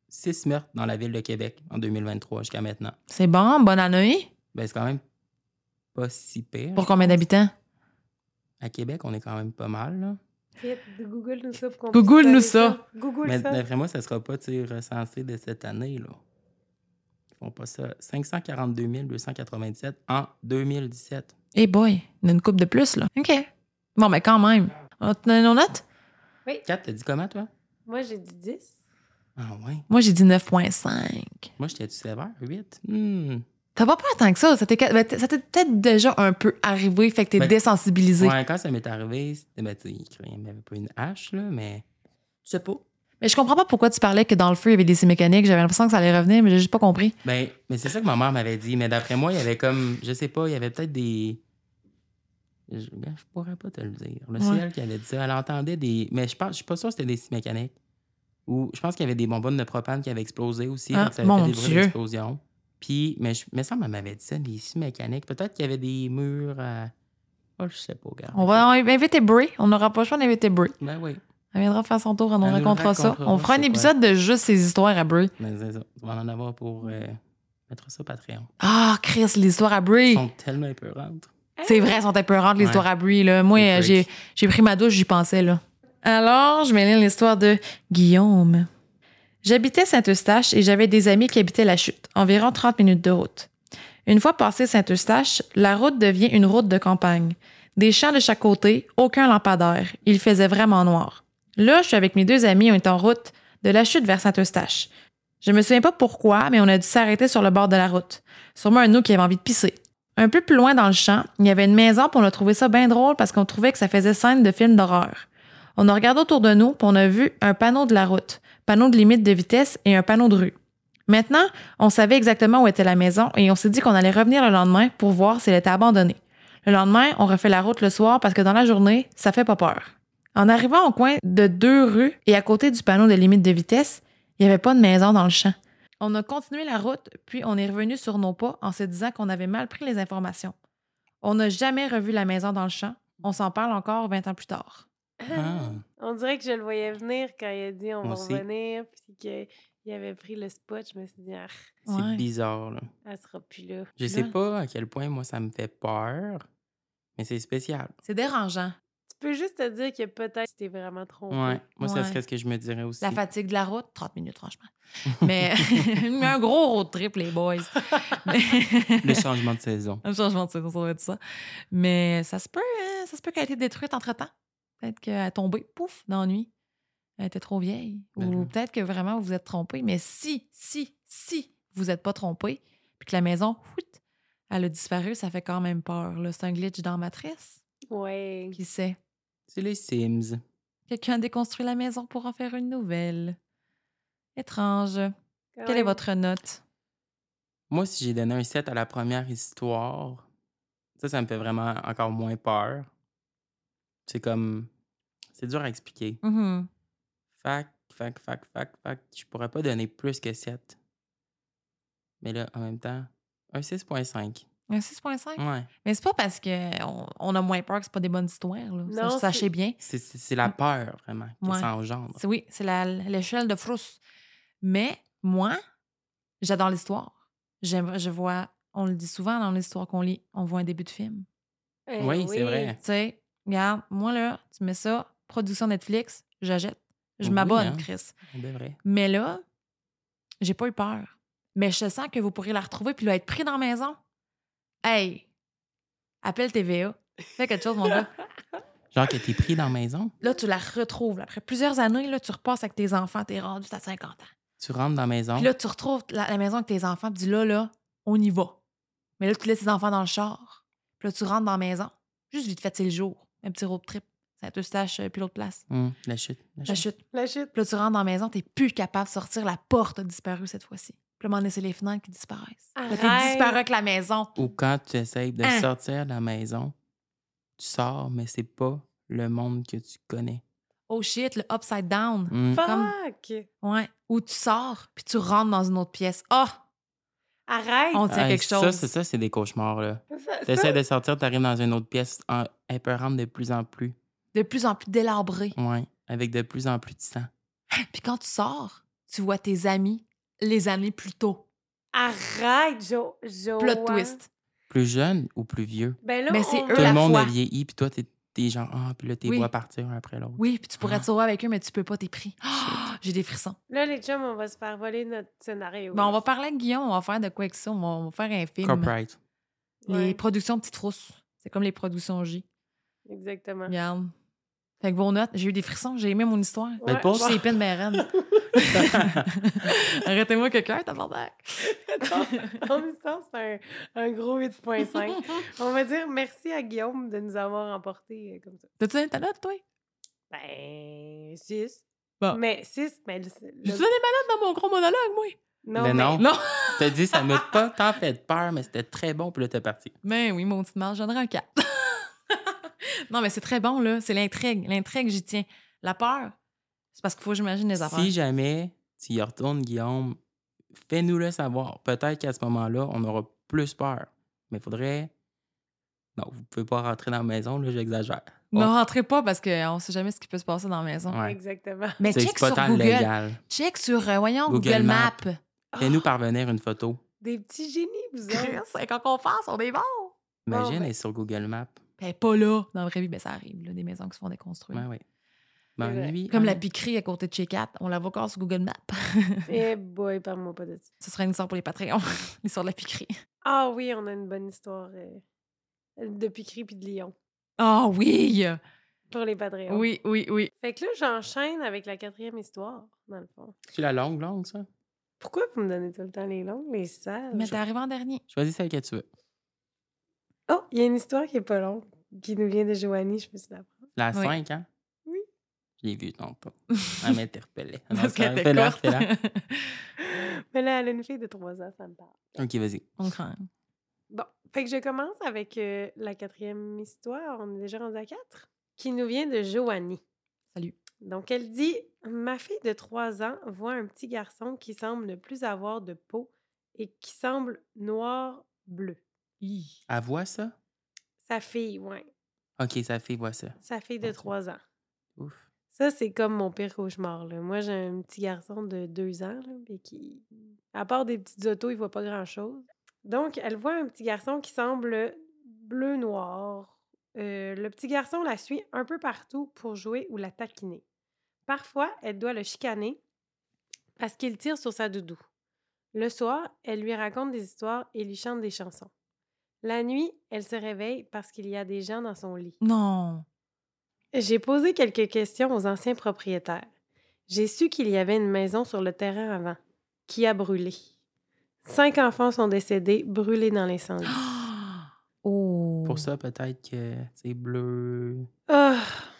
Speaker 3: six meurtres dans la ville de Québec en 2023 jusqu'à maintenant.
Speaker 1: C'est bon, bonne année.
Speaker 3: Ben, c'est quand même pas si pire.
Speaker 1: Pour combien d'habitants?
Speaker 3: À Québec, on est quand même pas mal, là.
Speaker 2: Vite, Google nous ça. pour qu'on
Speaker 1: Google
Speaker 2: puisse
Speaker 1: nous
Speaker 2: savoir
Speaker 1: ça.
Speaker 2: Google
Speaker 3: Mais
Speaker 2: ça.
Speaker 3: d'après moi, ça sera pas tu sais, recensé de cette année, là. Ils font pas ça. 542 297 en 2017.
Speaker 1: Eh boy, il y en a une coupe de plus, là. OK. Bon, mais quand même. On te donne nos notes?
Speaker 3: Kat, t'as dit comment, toi?
Speaker 2: Moi, j'ai dit 10.
Speaker 3: Ah ouais.
Speaker 1: Moi, j'ai dit 9.5.
Speaker 3: Moi, j'étais-tu sévère? 8? Hmm.
Speaker 1: T'as pas peur tant que ça. Ça t'est ben, t- ça t'est peut-être déjà un peu arrivé, fait que t'es
Speaker 3: Ben,
Speaker 1: désensibilisé.
Speaker 3: Ouais, quand ça m'est arrivé, c'était, ben, tu sais, il n'y avait pas une hache, là, mais... Je sais pas.
Speaker 1: Mais je comprends pas pourquoi tu parlais que dans le feu, il y avait des scies mécaniques. J'avais l'impression que ça allait revenir, mais j'ai juste pas compris.
Speaker 3: Ben, mais c'est ça que ma mère m'avait dit. Mais d'après moi, il y avait comme, je sais pas, il y avait peut-être des. Je, je pourrais pas te le dire. Le
Speaker 1: Ouais.
Speaker 3: ciel qui avait dit ça, elle entendait des. Mais je pense, je suis pas sûr que c'était des scies mécaniques. Ou je pense qu'il y avait des bonbonnes de propane qui avaient explosé aussi.
Speaker 1: Ah,
Speaker 3: donc ça avait
Speaker 1: mon
Speaker 3: fait des bruits
Speaker 1: Dieu.
Speaker 3: d'explosion. Puis, mais je me semble qu'elle m'avait dit ça, des scies mécaniques. Peut-être qu'il y avait des murs à. Oh, je sais pas, regarde.
Speaker 1: On va inviter Brie. On n'aura pas le choix d'inviter Brie.
Speaker 3: Ben oui.
Speaker 1: Elle viendra faire son tour, on nous
Speaker 3: Elle nous
Speaker 1: racontera ça.
Speaker 3: racontera
Speaker 1: On fera un
Speaker 3: c'est quoi.
Speaker 1: épisode de juste ces histoires à Brie.
Speaker 3: Mais c'est ça. On va en avoir pour euh, mettre ça au Patreon.
Speaker 1: Ah, Chris, les histoires à Brie.
Speaker 3: Ils sont tellement épeurantes.
Speaker 1: C'est vrai, elles sont épeurantes, les
Speaker 3: Ouais.
Speaker 1: histoires à Brie. Là. Moi,
Speaker 3: Les
Speaker 1: euh, j'ai,
Speaker 3: freaks.
Speaker 1: j'ai pris ma douche, j'y pensais. là. Alors, je vais lire l'histoire de Guillaume. J'habitais Saint-Eustache et j'avais des amis qui habitaient la chute, environ 30 minutes de route. Une fois passé Saint-Eustache, la route devient une route de campagne. Des champs de chaque côté, aucun lampadaire. Il faisait vraiment noir. Là, je suis avec mes deux amis, on est en route de la chute vers Saint-Eustache. Je me souviens pas pourquoi, mais on a dû s'arrêter sur le bord de la route. Sûrement un de nous qui avait envie de pisser. Un peu plus loin dans le champ, il y avait une maison, puis on a trouvé ça bien drôle parce qu'on trouvait que ça faisait scène de film d'horreur. On a regardé autour de nous, puis on a vu un panneau de la route, panneau de limite de vitesse et un panneau de rue. Maintenant, on savait exactement où était la maison et on s'est dit qu'on allait revenir le lendemain pour voir si elle était abandonnée. Le lendemain, on refait la route le soir parce que dans la journée, ça fait pas peur. En arrivant au coin de deux rues et à côté du panneau de limite de vitesse, il n'y avait pas de maison dans le champ. On a continué la route, puis on est revenu sur nos pas en se disant qu'on avait mal pris les informations. On n'a jamais revu la maison dans le champ. On s'en parle encore 20 ans plus tard.
Speaker 3: Ah.
Speaker 2: On dirait que je le voyais venir quand il a dit on
Speaker 3: Moi
Speaker 2: va
Speaker 3: aussi.
Speaker 2: revenir, puis qu'il avait pris le spot. Je me suis dit, ah,
Speaker 3: C'est
Speaker 1: Ouais.
Speaker 3: bizarre, là.
Speaker 2: elle sera plus là.
Speaker 3: Je sais
Speaker 1: Là.
Speaker 3: pas à quel point moi ça me fait peur, mais c'est spécial.
Speaker 1: C'est dérangeant.
Speaker 2: Tu peux juste te dire que peut-être tu t'es vraiment trompé.
Speaker 3: Ouais. Moi, ça
Speaker 1: Ouais.
Speaker 3: serait ce que je me dirais aussi.
Speaker 1: La fatigue de la route, 30 minutes, franchement. Mais mais un gros road trip, les boys. Mais-
Speaker 3: Le changement de saison.
Speaker 1: Un changement de saison, ça doit être ça. Mais ça se peut, hein, ça se peut qu'elle ait été détruite entre-temps. Peut-être qu'elle a tombé, pouf, dans la nuit. Elle était trop vieille.
Speaker 3: Ben
Speaker 1: Ou
Speaker 3: là.
Speaker 1: peut-être que vraiment vous vous êtes trompé. Mais si, si, si vous n'êtes pas trompé, puis que la maison, ouit, elle a disparu, ça fait quand même peur. là. C'est un glitch dans Matrice.
Speaker 2: Ouais.
Speaker 1: Qui sait?
Speaker 3: C'est les Sims.
Speaker 1: Quelqu'un a déconstruit la maison pour en faire une nouvelle. Étrange.
Speaker 2: Quand
Speaker 1: Quelle est
Speaker 2: même.
Speaker 1: votre note?
Speaker 3: Moi, si j'ai donné un 7 à la première histoire, ça, ça me fait vraiment encore moins peur. C'est comme. C'est dur à expliquer.
Speaker 1: Mhm.
Speaker 3: Fac, fac, fac, fac, fac. Je pourrais pas donner plus que 7. Mais là, en même temps, un 6,5.
Speaker 1: Un 6.5?
Speaker 3: Ouais.
Speaker 1: Mais c'est pas parce qu'on on a moins peur que c'est pas des bonnes histoires. Là. Ça,
Speaker 2: Non,
Speaker 1: sachez
Speaker 2: c'est-
Speaker 1: bien.
Speaker 3: C'est- C'est c'est la peur, vraiment, que
Speaker 1: Ouais.
Speaker 3: ça engendre.
Speaker 1: C'est- Oui, c'est la- l'échelle de Frousse. Mais moi, j'adore l'histoire. J'aime, je vois, on le dit souvent dans l'histoire qu'on lit, on voit un début de film.
Speaker 2: Eh
Speaker 3: Oui, c'est vrai.
Speaker 1: Tu sais, regarde, moi là, tu mets ça, production Netflix, j'achète. Je
Speaker 3: Oui,
Speaker 1: m'abonne,
Speaker 3: hein.
Speaker 1: Chris.
Speaker 3: C'est vrai.
Speaker 1: Mais là, j'ai pas eu peur. Mais je sens que vous pourrez la retrouver puis là, être pris dans la maison. Hey, appelle TVA. Fais quelque chose, mon gars.
Speaker 3: Genre que t'es pris dans la maison.
Speaker 1: Là, tu la retrouves. là. Après plusieurs années, là, tu repasses avec tes enfants, t'es rendu, t'as 50 ans.
Speaker 3: Tu rentres dans la maison.
Speaker 1: Puis là, tu retrouves la, la maison avec tes enfants, puis tu dis là, là, on y va. Mais là, tu laisses tes enfants dans le char. Puis là, tu rentres dans la maison. Juste vite fait, c'est le jour. Un petit road trip. Saint-Eustache, euh, puis l'autre place.
Speaker 3: Hum, la chute. La
Speaker 1: La
Speaker 3: chute.
Speaker 1: chute.
Speaker 2: La chute.
Speaker 1: Puis là, tu rentres dans la maison, t'es plus capable de sortir. La porte a disparu cette fois-ci. Puis là, à un moment donné, c'est les fenêtres qui disparaissent. Là, t'es
Speaker 2: Arrête.
Speaker 1: disparu avec la maison.
Speaker 3: Ou quand tu essayes de
Speaker 1: Hein?
Speaker 3: sortir de la maison, tu sors, mais c'est pas le monde que tu connais.
Speaker 1: Oh shit, le upside down.
Speaker 3: Mm.
Speaker 2: Fuck!
Speaker 1: Ouais. Ou tu sors, puis tu rentres dans une autre pièce. Ah!
Speaker 2: Arrête!
Speaker 1: on tient
Speaker 3: Hey,
Speaker 1: quelque
Speaker 3: Ça,
Speaker 1: chose.
Speaker 3: c'est ça, c'est des cauchemars, là.
Speaker 2: Ça- ça-
Speaker 3: T'essaies de sortir, t'arrives dans une autre pièce en- épeurante de plus en plus.
Speaker 1: De plus en plus délabré.
Speaker 3: Ouais. Avec de plus en plus de sang.
Speaker 1: Puis quand tu sors, tu vois tes amis, les amis plus tôt.
Speaker 2: Arrête, Jo! Jo
Speaker 1: Plot twist.
Speaker 3: Plus jeune ou plus vieux.
Speaker 2: Ben là,
Speaker 1: Mais c'est
Speaker 2: on-
Speaker 1: eux
Speaker 3: Tout
Speaker 1: la
Speaker 3: le monde
Speaker 1: fois.
Speaker 3: a vieilli, puis toi, t'es t'es genre, ah, puis là, t'es
Speaker 1: Oui.
Speaker 3: vois partir un après l'autre.
Speaker 1: Oui, puis tu pourrais
Speaker 3: Ah.
Speaker 1: te sauver avec eux, mais tu peux pas, t'es pris. Ah, J'ai des frissons.
Speaker 2: Là, les chums, on va se faire voler notre scénario.
Speaker 1: Bon, Ben, on va parler avec Guillaume, on va faire de quoi avec ça, on va, on va faire un film.
Speaker 3: Corporate.
Speaker 1: Les
Speaker 2: Ouais,
Speaker 1: productions Petite Rousse. C'est comme les productions J.
Speaker 2: Exactement.
Speaker 1: Regarde. Fait que vos notes, j'ai eu des frissons, j'ai aimé mon histoire.
Speaker 3: Ben,
Speaker 2: Ouais,
Speaker 3: pour-
Speaker 1: C'est épais de mes reines. Arrêtez-moi quelqu'un, tabarnak.
Speaker 2: ton- ton histoire, c'est un, un gros 8.5. on va dire merci à Guillaume de nous avoir emportés euh, comme ça.
Speaker 1: T'as-tu donné ta note, toi?
Speaker 2: Ben, 6.
Speaker 1: Bon.
Speaker 2: Mais 6, mais... le- le-
Speaker 1: J'ai-tu donné ma note dans mon gros monologue, moi?
Speaker 2: non,
Speaker 3: Mais
Speaker 2: mais-
Speaker 3: non.
Speaker 1: Non!
Speaker 3: T'as dit, ça m'a pas tant fait peur, mais c'était très bon, puis là, t'es parti.
Speaker 1: Mais Ben oui, mon petit marge, j'en aurais un 4. non, mais c'est très bon, là. C'est l'intrigue. L'intrigue, j'y tiens. La peur, c'est parce qu'il faut que j'imagine les affaires.
Speaker 3: Si jamais tu y retournes, Guillaume, fais-nous le savoir. Peut-être qu'à ce moment-là, on aura plus peur. Mais faudrait. Non, vous pouvez pas rentrer dans la maison, là, j'exagère. Oh,
Speaker 1: Ne rentrez pas parce qu'on sait jamais ce qui peut se passer dans la maison.
Speaker 3: Ouais.
Speaker 2: Exactement.
Speaker 1: Mais
Speaker 3: C'est
Speaker 1: check
Speaker 3: c'est pas
Speaker 1: sur
Speaker 3: tant
Speaker 1: Google.
Speaker 3: légal.
Speaker 1: Check sur, euh, voyons, Google,
Speaker 3: Google
Speaker 1: Maps. Oh.
Speaker 3: Fais-nous parvenir une photo.
Speaker 2: Des petits génies, vous
Speaker 1: Chris,
Speaker 2: autres.
Speaker 1: hein, quand on fasse, on est bon.
Speaker 3: Imagine,
Speaker 2: ben-
Speaker 3: elle est sur Google Maps.
Speaker 1: Ben, pas là. Dans la vraie vie, ben, ça arrive, là, des maisons qui se font déconstruire.
Speaker 3: Ouais, ouais. Ben,
Speaker 2: vrai.
Speaker 3: lui,
Speaker 1: Comme
Speaker 3: hein,
Speaker 1: la piquerie à côté de chez Kat, on la voit encore sur Google Maps.
Speaker 2: Eh boy, parle-moi pas de ça.
Speaker 1: Ce serait une histoire pour les Patreons, l'histoire de la piquerie.
Speaker 2: Ah oui, on a une bonne histoire euh, de piquerie puis de lion
Speaker 1: Ah oui!
Speaker 2: pour les Patreons.
Speaker 1: Oui, oui, oui.
Speaker 2: Fait que là, j'enchaîne avec la quatrième histoire, dans le fond.
Speaker 3: C'est la longue, longue, ça.
Speaker 2: Pourquoi vous me donnez tout le temps les longues, les sales?
Speaker 1: Mais t'es arrivé en dernier.
Speaker 3: Choisis celle que tu veux.
Speaker 2: Oh, il y a une histoire qui est pas longue, qui nous vient de Joanie, je peux se la prendre.
Speaker 3: La
Speaker 1: Oui.
Speaker 3: 5, hein?
Speaker 2: Oui.
Speaker 3: Je l'ai vue, non, pas. Elle m'interpellait. Non,
Speaker 1: Parce
Speaker 3: c'est
Speaker 1: qu'elle
Speaker 3: vrai,
Speaker 1: était
Speaker 3: fais-la,
Speaker 1: courte.
Speaker 3: fais-la.
Speaker 2: Mais là, elle a une fille de 3 ans, ça me parle.
Speaker 3: Ok, vas-y.
Speaker 1: On craint.
Speaker 2: Bon, fait que je commence avec euh, la quatrième histoire, on est déjà rendu à 4, qui nous vient de Joanie.
Speaker 1: Salut.
Speaker 2: Donc, elle dit Ma fille de 3 ans voit un petit garçon qui semble ne plus avoir de peau et qui semble noir-bleu.
Speaker 1: Hi.
Speaker 3: Elle voit ça?
Speaker 2: Sa fille, ouais.
Speaker 3: Ok, sa fille voit ça.
Speaker 2: Sa fille de
Speaker 3: Ok.
Speaker 2: 3 ans.
Speaker 3: Ouf.
Speaker 2: Ça, c'est comme mon pire cauchemar. Là. Moi, j'ai un petit garçon de deux ans, là, mais qui, à part des petites autos, il voit pas grand-chose. Donc, elle voit un petit garçon qui semble bleu-noir. Euh, le petit garçon la suit un peu partout pour jouer ou la taquiner. Parfois, elle doit le chicaner parce qu'il tire sur sa doudou. Le soir, elle lui raconte des histoires et lui chante des chansons. La nuit, elle se réveille parce qu'il y a des gens dans son lit.
Speaker 1: Non.
Speaker 2: J'ai posé quelques questions aux anciens propriétaires. J'ai su qu'il y avait une maison sur le terrain avant, qui a brûlé. Cinq enfants sont décédés, brûlés dans l'incendie.
Speaker 1: Ah. Oh.
Speaker 3: Pour ça, peut-être que c'est bleu,
Speaker 2: Oh,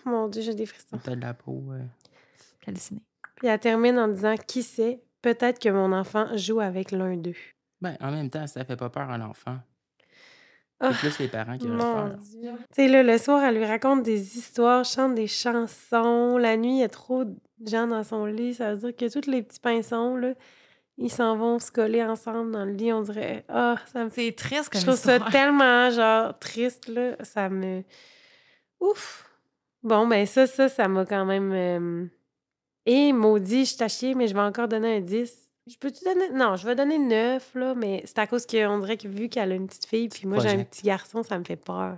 Speaker 2: mon Dieu, j'ai des frissons.
Speaker 3: peut-être de la peau. euh.
Speaker 1: J'ai halluciné.
Speaker 2: Puis elle termine en disant Qui sait, peut-être que mon enfant joue avec l'un d'eux.
Speaker 3: Ben, en même temps, ça fait pas peur à l'enfant.
Speaker 2: Ah,
Speaker 3: C'est plus les parents qui auraient
Speaker 2: Mon
Speaker 3: peur.
Speaker 2: Dieu. Tu sais, là, le soir, elle lui raconte des histoires, chante des chansons. La nuit, il y a trop de gens dans son lit. Ça veut dire que tous les petits pinsons, là, ils s'en vont se coller ensemble dans le lit. On dirait Ah, ça me fait
Speaker 1: C'est triste comme
Speaker 2: Je trouve ça
Speaker 1: histoire.
Speaker 2: tellement, genre, triste, là. Ça me... Ouf! Bon, ben ça, ça, ça m'a quand même... euh, Et maudit, je t'ai chier, mais je vais encore donner un 10. Je peux-tu donner... Non, je vais donner 9, là, mais c'est à cause qu'on dirait que vu qu'elle a une petite fille, puis moi, j'ai un
Speaker 3: Project.
Speaker 2: petit garçon, ça me fait peur.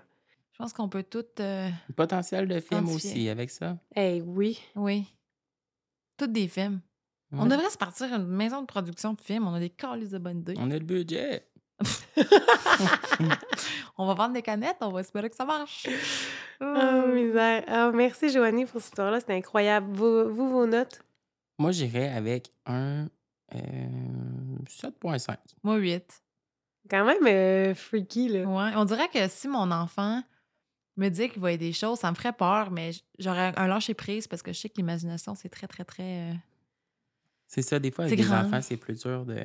Speaker 1: Je pense qu'on peut toutes. euh,
Speaker 3: Le Potentiel de film
Speaker 1: Identifier.
Speaker 3: aussi, avec ça.
Speaker 2: Eh oui!
Speaker 1: Oui. Toutes des films. On
Speaker 3: Ouais.
Speaker 1: devrait se partir une maison de production de films. On a des calices de bonnes idées.
Speaker 3: On a le budget.
Speaker 1: On va vendre des canettes. On va espérer que ça marche.
Speaker 2: Oh,
Speaker 1: Euh,
Speaker 2: misère! Ah, merci, Joanie, pour cette histoire-là. C'était incroyable. Vous, vous, vos notes?
Speaker 3: Moi, j'irais avec un euh, 7.5.
Speaker 1: Moi, 8.
Speaker 2: Quand même euh, freaky, là.
Speaker 1: Ouais. On dirait que si mon enfant me dit qu'il voyait des choses, ça me ferait peur, mais j- j'aurais un lâcher prise parce que je sais que l'imagination, c'est très, très, très. euh,
Speaker 3: C'est ça, des fois,
Speaker 1: C'est
Speaker 3: avec des
Speaker 1: grand.
Speaker 3: enfants, c'est plus dur de.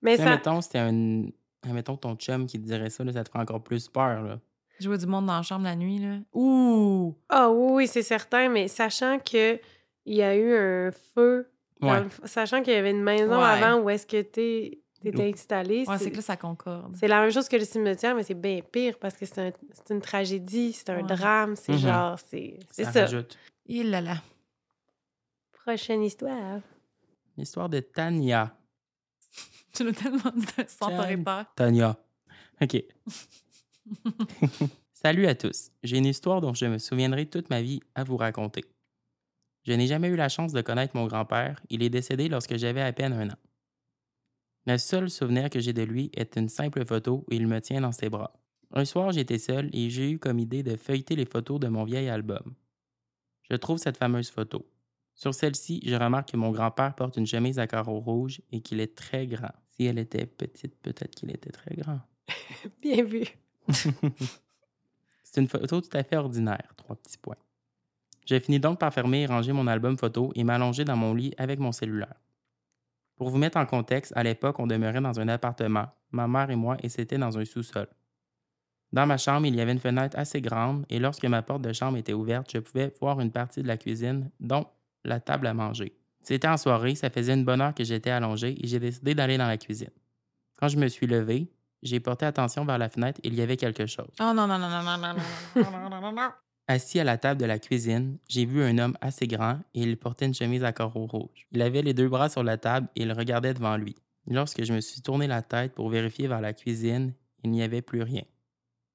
Speaker 2: Mais
Speaker 3: Tu sais,
Speaker 2: ça...
Speaker 3: Admettons, c'était un. Admettons ton chum qui te dirait ça, là, ça te ferait encore plus peur. Là.
Speaker 1: Jouer du monde dans la chambre la nuit, là. Ouh!
Speaker 2: Ah oui, oui, c'est certain, mais sachant que il y a eu un feu, dans
Speaker 3: Ouais.
Speaker 2: le f- sachant qu'il y avait une maison
Speaker 1: Ouais.
Speaker 2: avant où est-ce que t'es- t'étais
Speaker 3: Ouais.
Speaker 2: installé,
Speaker 1: Ouais,
Speaker 2: c'est-
Speaker 1: c'est que là, ça concorde.
Speaker 2: c'est la même chose que le cimetière, mais c'est bien pire parce que c'est un- c'est une tragédie, c'est un
Speaker 1: Ouais.
Speaker 2: drame, c'est
Speaker 3: Mhm.
Speaker 2: genre, c'est c'est ça.
Speaker 3: rajoute.
Speaker 1: Il là là.
Speaker 2: Prochaine histoire.
Speaker 3: L'histoire de Tania.
Speaker 1: Tu l'as tellement dit sans
Speaker 3: Tiens.
Speaker 1: t'aurais peur.
Speaker 3: Tania. OK. Salut à tous. J'ai une histoire dont je me souviendrai toute ma vie à vous raconter. Je n'ai jamais eu la chance de connaître mon grand-père. Il est décédé lorsque j'avais à peine un an. Le seul souvenir que j'ai de lui est une simple photo où il me tient dans ses bras. Un soir, j'étais seul et j'ai eu comme idée de feuilleter les photos de mon vieil album. Je trouve cette fameuse photo. Sur celle-ci, je remarque que mon grand-père porte une chemise à carreaux rouges et qu'il est très grand. Si elle était petite, peut-être qu'il était très grand.
Speaker 2: Bien vu.
Speaker 3: C'est une photo tout à fait ordinaire, trois petits points. J'ai fini donc par fermer et ranger mon album photo et m'allonger dans mon lit avec mon cellulaire. Pour vous mettre en contexte, à l'époque, on demeurait dans un appartement, ma mère et moi, et c'était dans un sous-sol. Dans ma chambre, il y avait une fenêtre assez grande et lorsque ma porte de chambre était ouverte, je pouvais voir une partie de la cuisine, dont la table à manger. C'était en soirée, ça faisait une bonne heure que j'étais allongé et j'ai décidé d'aller dans la cuisine. Quand je me suis levé, j'ai porté attention vers la fenêtre et il y avait quelque chose.
Speaker 1: Oh non, non, non, non, non, non, non, non, non, non, non, non.
Speaker 3: Assis à la table de la cuisine, j'ai vu un homme assez grand et il portait une chemise à carreaux rouges. Il avait les deux bras sur la table et il regardait devant lui. Lorsque je me suis tourné la tête pour vérifier vers la cuisine, il n'y avait plus rien.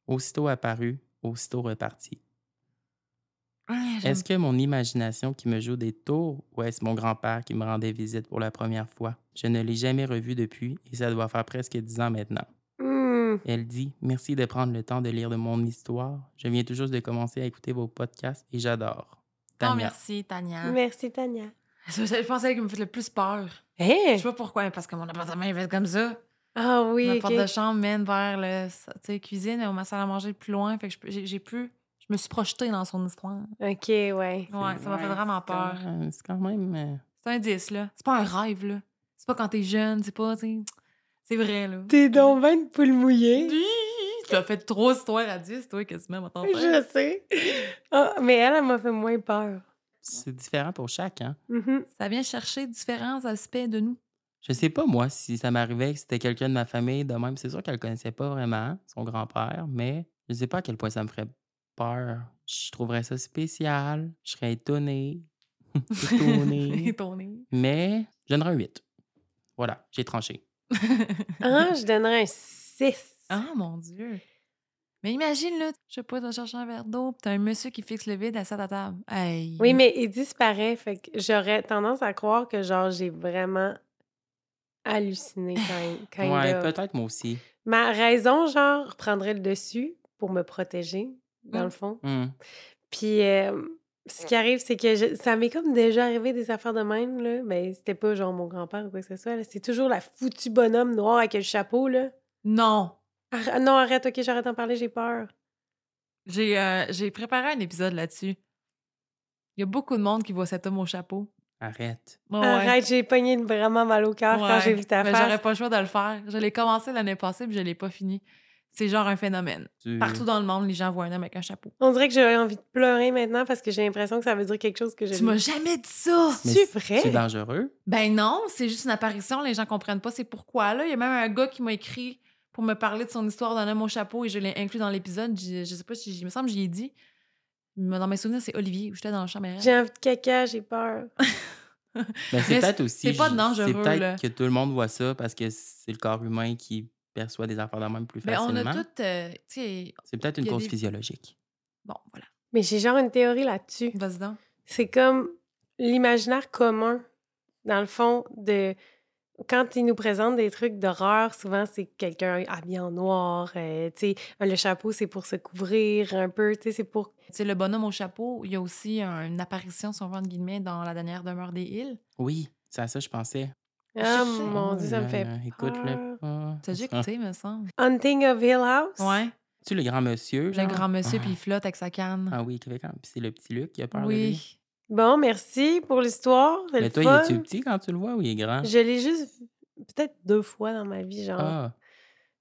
Speaker 3: Aussitôt apparu, aussitôt reparti.
Speaker 1: Ouais, Ah, j'aime
Speaker 3: Est-ce que mon imagination qui me joue des tours ou est-ce mon grand-père qui me rendait visite pour la première fois? Je ne l'ai jamais revu depuis et ça doit faire presque dix ans maintenant.
Speaker 2: Hmm.
Speaker 3: Elle dit Merci de prendre le temps de lire de mon histoire. Je viens tout juste de commencer à écouter vos podcasts et j'adore.
Speaker 1: Non,
Speaker 3: Tania.
Speaker 1: Oh, merci, Tania.
Speaker 2: Merci, Tania.
Speaker 1: C'est je pensais qui me fait le plus peur. Je
Speaker 2: Hein?
Speaker 1: sais pas pourquoi, mais parce que mon appartement, il va être comme ça.
Speaker 2: Ah
Speaker 1: Ma
Speaker 2: oui,
Speaker 1: porte
Speaker 2: ok.
Speaker 1: de chambre mène vers la cuisine et ma salle à manger plus loin. Fait que je peux- j'ai j'ai plus... Je me suis projetée dans son histoire.
Speaker 2: Ok, ouais.
Speaker 1: Ouais, ça m'a fait vraiment
Speaker 3: c'est quand
Speaker 1: peur.
Speaker 3: même- C'est quand même. euh,
Speaker 1: C'est un 10, là. C'est pas un rêve, là. C'est pas quand t'es jeune, c'est pas, tu sais, C'est vrai, là.
Speaker 2: T'es donc bien une poule mouillée.
Speaker 1: Tu as fait trois histoires à 10, toi, quasiment, mon temps.
Speaker 2: Je sais. Ah, mais elle, elle m'a fait moins peur.
Speaker 3: C'est différent pour chaque, hein.
Speaker 2: Mhm.
Speaker 1: Ça vient chercher différents aspects de nous.
Speaker 3: Je sais pas, moi, si ça m'arrivait que c'était quelqu'un de ma famille, de même, c'est sûr qu'elle le connaissait pas vraiment, son grand-père, mais je sais pas à quel point ça me ferait peur. Je trouverais ça spécial, je serais étonnée, étonnée.
Speaker 1: Étonnée.
Speaker 3: mais je donnerais un 8. Voilà, j'ai tranché.
Speaker 2: Ah, je donnerais un 6.
Speaker 1: Ah, mon Dieu! Mais imagine, là, je sais pas, t'as cherché un verre d'eau, pis t'as un monsieur qui fixe le vide assis à ta table. Hey!
Speaker 2: Oui, mais il disparaît. Fait que j'aurais tendance à croire que, genre, j'ai vraiment halluciné quand, quand
Speaker 3: Ouais, peut-être moi aussi.
Speaker 2: Ma raison, genre, prendrait le dessus pour me protéger, dans
Speaker 1: Mm.
Speaker 2: le fond.
Speaker 3: Hmm.
Speaker 2: Puis euh, ce qui arrive, c'est que je- ça m'est comme déjà arrivé des affaires de même, là. Mais c'était pas genre mon grand-père ou quoi que ce soit. là. C'est toujours la foutue bonhomme noire avec le chapeau, là.
Speaker 1: Non!
Speaker 2: Arr- non, arrête, ok, j'arrête d'en parler, j'ai peur.
Speaker 1: J'ai euh, j'ai préparé un épisode là-dessus. Il y a beaucoup de monde qui voit cet homme au chapeau.
Speaker 3: Arrête.
Speaker 1: Ouais, ouais.
Speaker 2: Arrête, j'ai pogné vraiment mal au cœur quand
Speaker 1: Ouais.
Speaker 2: j'ai vu ta
Speaker 1: Mais
Speaker 2: face.
Speaker 1: J'aurais pas le choix de le faire. Je l'ai commencé l'année passée, puis je l'ai pas fini. C'est genre un phénomène.
Speaker 3: Tu-
Speaker 1: Partout dans le monde, les gens voient un homme avec un chapeau.
Speaker 2: On dirait que j'ai envie de pleurer maintenant parce que j'ai l'impression que ça veut dire quelque chose que je.
Speaker 1: Tu m'as jamais dit ça!
Speaker 3: Mais
Speaker 2: C'est
Speaker 3: c'est-
Speaker 2: vrai?
Speaker 3: C'est dangereux.
Speaker 1: Ben non, c'est juste une apparition, les gens comprennent pas c'est pourquoi. Là, il y a même un gars qui m'a écrit pour me parler de son histoire d'un homme au chapeau et je l'ai inclus dans l'épisode. Je, je sais pas si, il me semble que j'y ai dit. Mais Dans mes souvenirs, c'est Olivier, où j'étais dans le champ
Speaker 2: J'ai envie de caca, j'ai peur.
Speaker 3: Ben, c'est
Speaker 1: Mais
Speaker 3: peut-être aussi.
Speaker 1: c'est pas
Speaker 3: ju-
Speaker 1: dangereux, là.
Speaker 3: C'est peut-être que tout le monde voit ça parce que c'est le corps humain qui perçoit des affaires de même plus
Speaker 1: Mais on
Speaker 3: facilement.
Speaker 1: a toutes. euh, tu sais,
Speaker 3: C'est peut-être
Speaker 1: il
Speaker 3: une
Speaker 1: y a
Speaker 3: cause
Speaker 1: des-
Speaker 3: physiologique.
Speaker 1: bon, voilà.
Speaker 2: Mais j'ai genre une théorie là-dessus.
Speaker 1: Vas-y donc.
Speaker 2: C'est comme l'imaginaire commun, dans le fond, de quand ils nous présentent des trucs d'horreur, souvent c'est quelqu'un habillé en noir, euh, tu sais, le chapeau c'est pour se couvrir un peu, tu sais, c'est pour.
Speaker 1: Tu sais, le bonhomme au chapeau, il y a aussi un- une apparition, si on veut, entre guillemets, dans La dernière demeure des îles.
Speaker 3: Oui, c'est à ça que je pensais.
Speaker 2: Ah
Speaker 1: Je sais.
Speaker 2: mon dieu, ça me fait.
Speaker 3: Euh, Écoute,
Speaker 2: peur.
Speaker 3: le... Ah,
Speaker 1: T'as déjà
Speaker 3: ah.
Speaker 1: écouté, me semble.
Speaker 2: Hunting of Hill House?
Speaker 1: Ouais.
Speaker 3: Tu le grand monsieur.
Speaker 1: Le
Speaker 3: genre?
Speaker 1: grand monsieur,
Speaker 3: Ah.
Speaker 1: puis il flotte avec sa canne.
Speaker 3: Ah oui, Québécois. Puis c'est le petit Luc qui a peur de lui.
Speaker 1: oui.
Speaker 2: Bon, merci pour l'histoire. c'est
Speaker 3: Mais
Speaker 2: le
Speaker 3: toi,
Speaker 2: fun.
Speaker 3: il est-tu petit hein? quand tu le vois ou il est grand?
Speaker 2: Je l'ai juste peut-être deux fois dans ma vie, genre.
Speaker 3: Ah,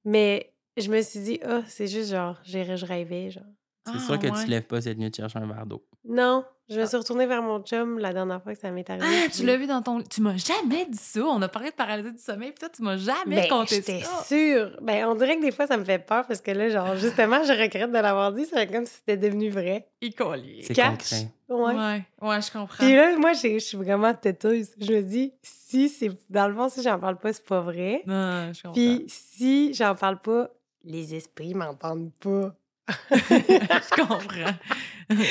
Speaker 2: Mais Je me suis dit, ah, c'est juste genre, j'ai- je rêvais, genre.
Speaker 3: C'est
Speaker 1: Ah,
Speaker 3: sûr que tu
Speaker 1: ouais.
Speaker 3: te lèves pas cette nuit te chercher un verre d'eau.
Speaker 2: Non, je me suis retournée vers mon chum la dernière fois que ça m'est arrivé.
Speaker 1: Ah,
Speaker 2: puis-
Speaker 1: tu l'as vu dans ton. Tu m'as jamais dit ça. On a parlé de paralysie du sommeil, puis toi, tu m'as jamais
Speaker 2: Ben,
Speaker 1: conté
Speaker 2: j'étais
Speaker 1: ça.
Speaker 2: sûre. Ben, on dirait que des fois, ça me fait peur parce que là, genre, justement, je regrette de l'avoir dit. C'est comme si c'était devenu vrai.
Speaker 1: Écolier.
Speaker 3: C'est
Speaker 2: Catch.
Speaker 3: concret.
Speaker 2: Ouais.
Speaker 1: Ouais. ouais, je comprends.
Speaker 2: Puis là, moi, j'ai- je suis vraiment têteuse. Je me dis, si c'est. Dans le fond, si j'en parle pas, c'est pas vrai.
Speaker 1: Non, je comprends.
Speaker 2: Puis si j'en parle pas, les esprits m'entendent pas.
Speaker 1: je comprends.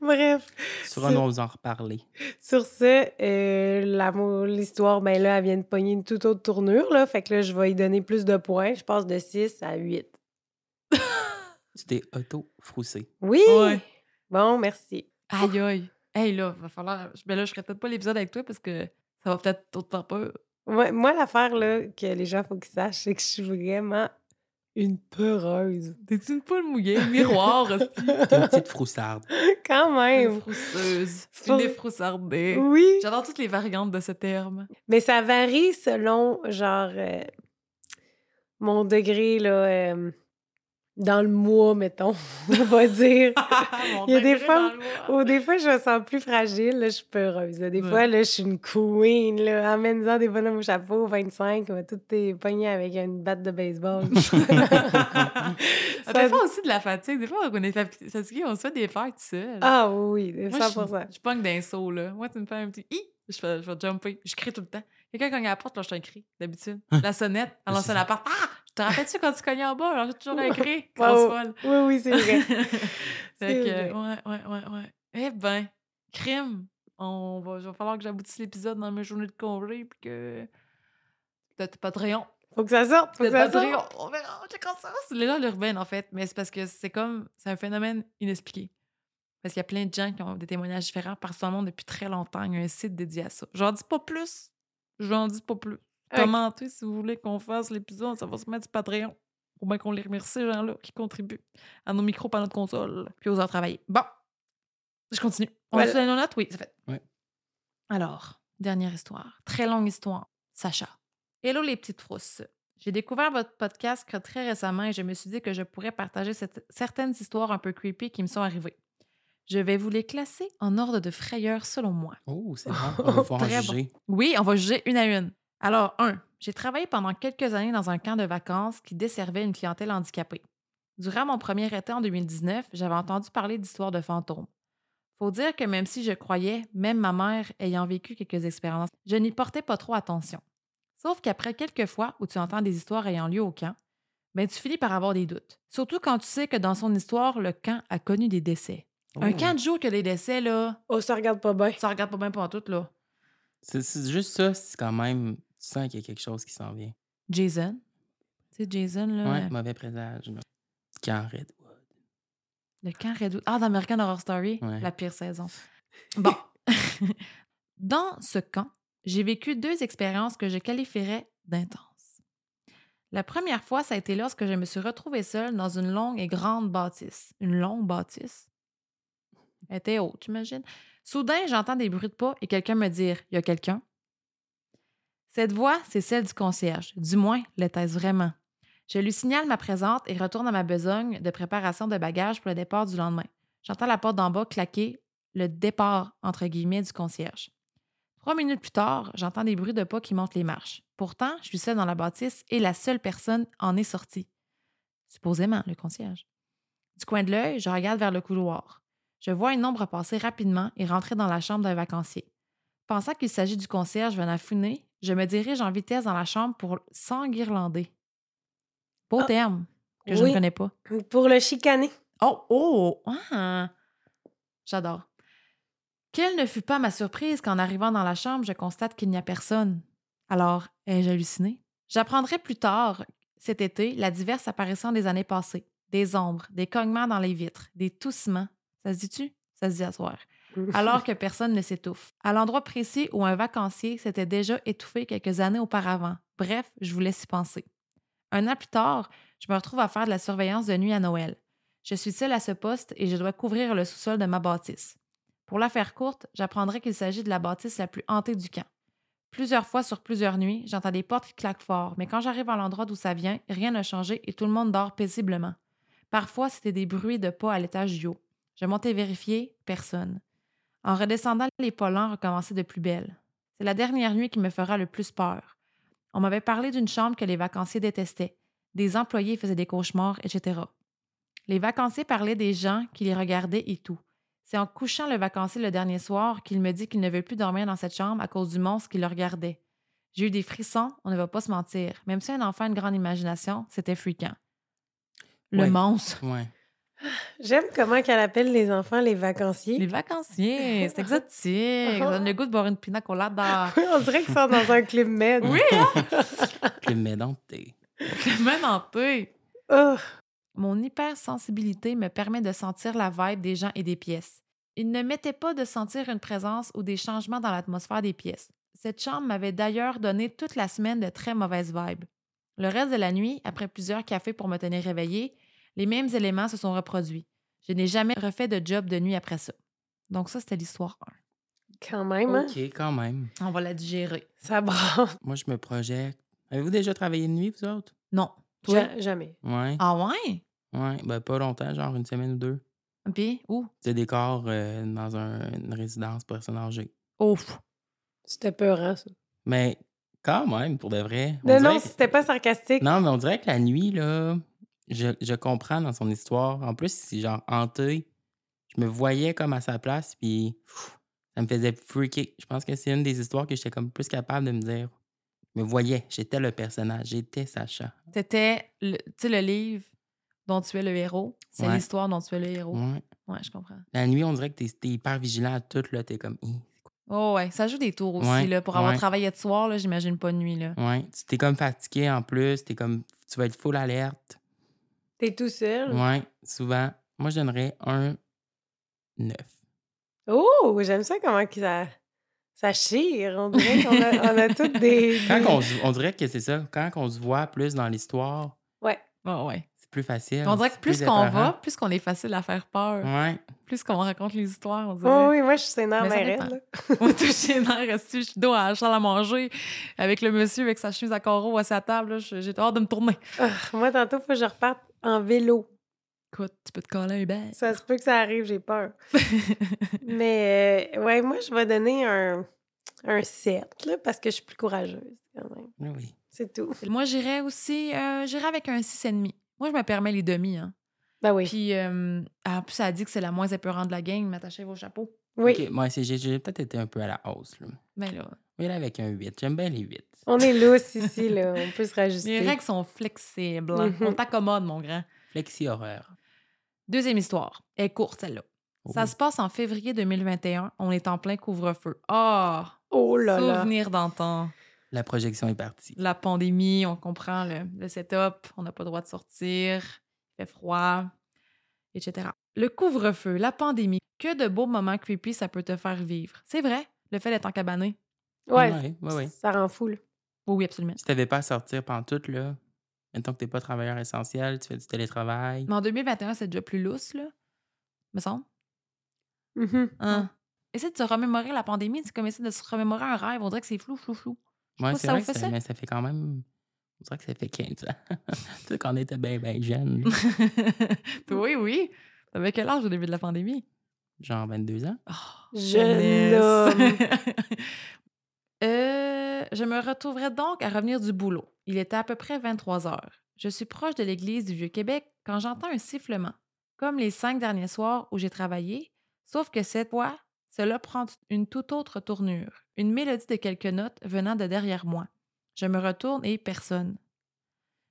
Speaker 2: Bref,
Speaker 3: Sur un, on va vous en reparler.
Speaker 2: sur ce, euh, la mo- l'histoire, ben là, elle vient de pogner une toute autre tournure, là. Fait que là, je vais y donner plus de points. Je passe de 6 à 8.
Speaker 3: Tu t'es auto-froussé.
Speaker 2: Oui!
Speaker 1: Ouais.
Speaker 2: Bon, merci.
Speaker 1: Aïe, aïe. Hey, là, va falloir. Ben là, je ferai peut-être pas l'épisode avec toi parce que ça va peut-être trop te faire peur.
Speaker 2: Moi, moi, l'affaire, là, que les gens, faut qu'ils sachent, c'est que je suis vraiment une peureuse.
Speaker 1: T'es-tu une poule mouillée? Miroir, aussi.
Speaker 3: T'es une petite froussarde.
Speaker 2: Quand
Speaker 1: Une
Speaker 2: même!
Speaker 1: frousseuse.
Speaker 2: C'est
Speaker 1: Une
Speaker 2: pas-
Speaker 1: effroussardée.
Speaker 2: Oui!
Speaker 1: J'adore toutes les variantes de ce terme.
Speaker 2: Mais ça varie selon, genre, euh, mon degré, là, euh, dans le mois, mettons, on va dire.
Speaker 1: Il
Speaker 2: Il y a des femmes- Ou Oh, des fois, je me sens plus fragile, là, je suis peureuse. là. Des
Speaker 1: Ouais.
Speaker 2: fois, là, je suis une queen, là, amène-en des bonhommes au chapeau, 25, là, toutes tes poignées avec une batte de baseball. Ça-
Speaker 1: Des fois aussi de la fatigue. Des fois, on est fat- fatigué, on se fait des fêtes seul.
Speaker 2: Ah oui, oui,
Speaker 1: Moi, je-
Speaker 2: 100%.
Speaker 1: Je pogne d'un saut, là. Moi, tu me fais un petit i, je, fais- je vais jumper. Je crie tout le temps. Quelqu'un cogne à la porte, là, je t'en crie, d'habitude. La sonnette, en
Speaker 3: Ouais,
Speaker 1: lançant
Speaker 3: c'est
Speaker 1: la porte. Ah! Je te rappelles-tu quand tu cognais en bas? Alors, j'ai toujours un cri.
Speaker 2: Ouais,
Speaker 1: Grosse
Speaker 2: ouais.
Speaker 1: folle.
Speaker 2: Oui, oui, c'est vrai. C'est
Speaker 1: fait que,
Speaker 2: vrai.
Speaker 1: euh, ouais, ouais, ouais, ouais. Eh ben, crime. On va, il va falloir que j'aboutisse l'épisode dans mes journées de congé, puis que. Peut-être Patreon.
Speaker 2: Faut que ça sorte, faut que
Speaker 1: Peut-être
Speaker 2: ça sorte.
Speaker 1: Patreon. On verra, on checkera ça. C'est l'erreur urbaine, en fait. Mais c'est parce que c'est comme. C'est un phénomène inexpliqué. Parce qu'il y a plein de gens qui ont des témoignages différents partout dans le monde depuis très longtemps. Il y a un site dédié à ça. J'en dis pas plus. J'en dis pas plus.
Speaker 2: Ok.
Speaker 1: Commentez si vous voulez qu'on fasse l'épisode. Ça va se mettre sur Patreon. Pour bien qu'on les remercie, ces gens-là, qui contribuent à nos micros, à notre console, puis aux heures de travail. Bon, je continue. On
Speaker 2: Voilà.
Speaker 1: a sur nos notes? Oui, c'est fait.
Speaker 3: Ouais.
Speaker 1: Alors, dernière histoire. Très longue histoire. Sacha. Hello les petites frousses. J'ai découvert votre podcast que très récemment et je me suis dit que je pourrais partager cette- certaines histoires un peu creepy qui me sont arrivées. Je vais vous les classer en ordre de frayeur selon moi.
Speaker 3: Oh, c'est bon. On va pouvoir
Speaker 1: Très bon.
Speaker 3: juger.
Speaker 1: Oui, on va juger une à une. Alors, un, j'ai travaillé pendant quelques années dans un camp de vacances qui desservait une clientèle handicapée. Durant mon premier été en 2019, j'avais entendu parler d'histoires de fantômes. Faut dire que même si je croyais, même ma mère ayant vécu quelques expériences, je n'y portais pas trop attention. Sauf qu'après quelques fois où tu entends des histoires ayant lieu au camp, ben tu finis par avoir des doutes. Surtout quand tu sais que dans son histoire, le camp a connu des décès. Un
Speaker 3: Oh.
Speaker 1: camp de jour que les décès, là,
Speaker 2: Oh, ça regarde pas bien.
Speaker 1: ça regarde pas bien pour tout, là.
Speaker 3: C'est c'est juste ça, c'est quand même. Tu sens qu'il y a quelque chose qui s'en vient.
Speaker 1: Jason. Tu sais, Jason, là,
Speaker 3: Ouais, mauvais présage. là. Quand Redwood.
Speaker 1: le camp Redwood. Ah, dans American Horror Story,
Speaker 3: Ouais.
Speaker 1: la pire saison. Bon. dans ce camp, j'ai vécu deux expériences que je qualifierais d'intenses. La première fois, ça a été lorsque je me suis retrouvée seule dans une longue et grande bâtisse. Une longue bâtisse. Elle était haute, j'imagine. Soudain, j'entends des bruits de pas et quelqu'un me dire Il y a quelqu'un. Cette voix, c'est celle du concierge. Du moins, l'était-ce vraiment. Je lui signale ma présence et retourne à ma besogne de préparation de bagages pour le départ du lendemain. J'entends la porte d'en bas claquer le départ, entre guillemets, du concierge. Trois minutes plus tard, j'entends des bruits de pas qui montent les marches. Pourtant, je suis seule dans la bâtisse et la seule personne en est sortie. Supposément, le concierge. Du coin de l'œil, je regarde vers le couloir. Je vois une ombre passer rapidement et rentrer dans la chambre d'un vacancier. Pensant qu'il s'agit du concierge venant fouiner, je me dirige en vitesse dans la chambre pour s'enguirlander. Beau
Speaker 2: Ah.
Speaker 1: terme que je ne
Speaker 2: Oui.
Speaker 1: connais pas.
Speaker 2: Pour le chicaner.
Speaker 1: Oh, oh, ah. J'adore. Quelle ne fut pas ma surprise qu'en arrivant dans la chambre, je constate qu'il n'y a personne. Alors, ai-je halluciné? J'apprendrai plus tard, cet été, la diverse apparition des années passées. Des ombres, des cognements dans les vitres, des toussements. Ça se dit-tu? Ça se dit à soir. Alors que personne ne s'étouffe. À l'endroit précis où un vacancier s'était déjà étouffé quelques années auparavant. Bref, je vous laisse y penser. Un an plus tard, je me retrouve à faire de la surveillance de nuit à Noël. Je suis seule à ce poste et je dois couvrir le sous-sol de ma bâtisse. Pour la faire courte, j'apprendrai qu'il s'agit de la bâtisse la plus hantée du camp. Plusieurs fois sur plusieurs nuits, j'entends des portes qui claquent fort, mais quand j'arrive à l'endroit d'où ça vient, rien n'a changé et tout le monde dort paisiblement. Parfois, c'était des bruits de pas à l'étage du haut. Je montais vérifier, personne. En redescendant, les polans recommençaient de plus belle. C'est la dernière nuit qui me fera le plus peur. On m'avait parlé d'une chambre que les vacanciers détestaient. Des employés faisaient des cauchemars, etc. Les vacanciers parlaient des gens qui les regardaient et tout. C'est en couchant le vacancier le dernier soir qu'il me dit qu'il ne veut plus dormir dans cette chambre à cause du monstre qui le regardait. J'ai eu des frissons, on ne va pas se mentir. Même si un enfant a une grande imagination, c'était fréquent. Le
Speaker 3: Ouais.
Speaker 1: monstre.
Speaker 3: Ouais.
Speaker 2: J'aime comment qu'elle appelle les enfants les vacanciers.
Speaker 1: Les vacanciers, c'est exotique. Ça donne le goût de boire une pina colada.
Speaker 2: On dirait qu'ils sont dans un club med.
Speaker 1: Oui,
Speaker 3: Puis mais donc, t'es-
Speaker 1: même hanté.
Speaker 2: Oh,
Speaker 1: Mon hypersensibilité me permet de sentir la vibe des gens et des pièces. Il ne m'était pas de sentir une présence ou des changements dans l'atmosphère des pièces. Cette chambre m'avait d'ailleurs donné toute la semaine de très mauvaises vibes. Le reste de la nuit, après plusieurs cafés pour me tenir réveillée, les mêmes éléments se sont reproduits. Je n'ai jamais refait de job de nuit après ça. Donc ça, c'était l'histoire
Speaker 2: quand même, hein?
Speaker 3: OK, quand même.
Speaker 1: 1. On va la digérer.
Speaker 2: Ça brasse.
Speaker 3: Moi, je me projette. Avez-vous déjà travaillé de nuit, vous autres?
Speaker 1: Non. Toi?
Speaker 2: Ja- Jamais.
Speaker 3: Ouais.
Speaker 1: Ah ouais?
Speaker 3: Ouais. Ben, pas longtemps, genre une semaine ou deux.
Speaker 1: Puis, où?
Speaker 3: C'est des corps euh, dans un- une résidence pour personnes âgées.
Speaker 1: Ouf.
Speaker 2: C'était peurant, ça.
Speaker 3: Mais quand même, pour de vrai. on
Speaker 2: Non,
Speaker 3: dirait
Speaker 2: non,
Speaker 3: que-
Speaker 2: c'était pas sarcastique.
Speaker 3: Non, mais on dirait que la nuit, là, je, je comprends dans son histoire. En plus, c'est genre hanté. Je me voyais comme à sa place, puis pff, ça me faisait freaker. Je pense que c'est une des histoires que j'étais comme plus capable de me dire. Je me voyais, j'étais le personnage, j'étais Sacha.
Speaker 1: C'était le, tu sais, le livre dont tu es le héros. C'est
Speaker 3: Ouais.
Speaker 1: l'histoire dont tu es le héros.
Speaker 3: Ouais.
Speaker 1: Ouais, je comprends.
Speaker 3: La nuit, on dirait que t'es t'es hyper vigilant à tout, là. T'es comme. Hi.
Speaker 1: Oh ouais, ça joue des tours aussi.
Speaker 3: Ouais,
Speaker 1: Là, pour avoir
Speaker 3: ouais.
Speaker 1: travaillé de soir, là, j'imagine pas de nuit. Là.
Speaker 3: Ouais. Tu t'es comme fatigué en plus, t'es comme. Tu vas être full alerte.
Speaker 2: T'es tout seul.
Speaker 3: Ouais, souvent. Moi, je donnerais un 9.
Speaker 2: Oh, j'aime ça comment que ça, ça chire. On dirait qu'on a, on a toutes des.
Speaker 3: Quand
Speaker 2: des-
Speaker 3: on, se- on dirait que c'est ça, quand on se voit plus dans l'histoire,
Speaker 2: Ouais.
Speaker 1: Oh ouais.
Speaker 3: c'est plus facile.
Speaker 1: On dirait que
Speaker 3: c'est
Speaker 1: plus qu'on va,
Speaker 3: épeurant.
Speaker 1: plus qu'on est facile à faire peur,
Speaker 3: Ouais.
Speaker 1: plus qu'on raconte les histoires, on
Speaker 2: Oh
Speaker 1: dirait.
Speaker 2: oui, moi, je suis sénère,
Speaker 1: Mais ça
Speaker 2: mais
Speaker 1: dépend.
Speaker 2: raide, là.
Speaker 1: Moi, tout chez moi, resté, je suis dos à la salle à manger avec le monsieur avec sa chemise à carreaux à sa table. là, J'ai j'ai hâte de me tourner.
Speaker 2: Ah, Moi, tantôt, faut que je reparte en vélo.
Speaker 1: Écoute, tu peux te coller un bain.
Speaker 2: Ça se peut que ça arrive, j'ai peur. Mais euh, ouais, moi, je vais donner un, un 7, là, parce que je suis plus courageuse, quand même.
Speaker 3: Oui, Oui.
Speaker 2: C'est tout.
Speaker 1: Moi, j'irais aussi, euh, j'irais avec un 6,5. Moi, je me permets les demi. Hein.
Speaker 2: Ben oui.
Speaker 1: Puis, euh, en plus, elle dit que c'est la moins épeurante de la gang, m'attacher vos chapeaux.
Speaker 2: oui,
Speaker 3: Ok, moi, c'est- j'ai j'ai peut-être été un peu à la hausse. Là.
Speaker 1: Mais là,
Speaker 3: Mais là, avec un 8, j'aime bien les 8.
Speaker 2: on est lousses ici, là. On peut se
Speaker 1: les
Speaker 2: rajuster.
Speaker 1: règles sont flexibles. hein.
Speaker 2: Mhm.
Speaker 1: On t'accommode, mon grand.
Speaker 3: Flexi-horreur.
Speaker 1: Deuxième histoire. Elle est courte, celle-là. Ça
Speaker 3: Oh.
Speaker 1: se passe en février 2021. On est en plein couvre-feu. Ah!
Speaker 2: Oh là là.
Speaker 1: souvenir d'antan.
Speaker 3: La projection est partie.
Speaker 1: La pandémie, on comprend le, le setup. On n'a pas le droit de sortir. Il fait froid, etc. Le couvre-feu, la pandémie. Que de beaux moments creepy ça peut te faire vivre. C'est vrai, le fait d'être encabané.
Speaker 2: Ouais,
Speaker 3: ouais, ouais, ouais.
Speaker 2: ça rend fou, là.
Speaker 1: Oui, oui, absolument.
Speaker 3: Si t'avais pas à sortir pendant tout, là, mettons que t'es pas travailleur essentiel, tu fais du télétravail.
Speaker 1: Mais en 2021, c'est déjà plus lousse, là. Me semble.
Speaker 2: Mhm.
Speaker 1: Hein? Essaye de se remémorer la pandémie, c'est comme essayer de se remémorer un rêve. On dirait que c'est flou, flou, flou.
Speaker 3: Moi,
Speaker 1: pas si
Speaker 3: c'est
Speaker 1: ça
Speaker 3: vrai
Speaker 1: vous
Speaker 3: que
Speaker 1: fait
Speaker 3: ça,
Speaker 1: ça.
Speaker 3: mais ça fait quand même. On dirait que ça fait 15 ans. tu sais, quand on était bien, bien jeune,
Speaker 1: oui, oui. T'avais quel âge au début de la pandémie?
Speaker 3: genre 22 ans.
Speaker 1: Oh,
Speaker 2: Jeune
Speaker 1: jeunesse.
Speaker 2: homme.
Speaker 1: Euh, je me retrouverai donc à revenir du boulot. Il était à peu près 23 heures. Je suis proche de l'église du Vieux-Québec quand j'entends un sifflement, comme les cinq derniers soirs où j'ai travaillé, sauf que cette fois, cela prend une toute autre tournure, une mélodie de quelques notes venant de derrière moi. Je me retourne et personne.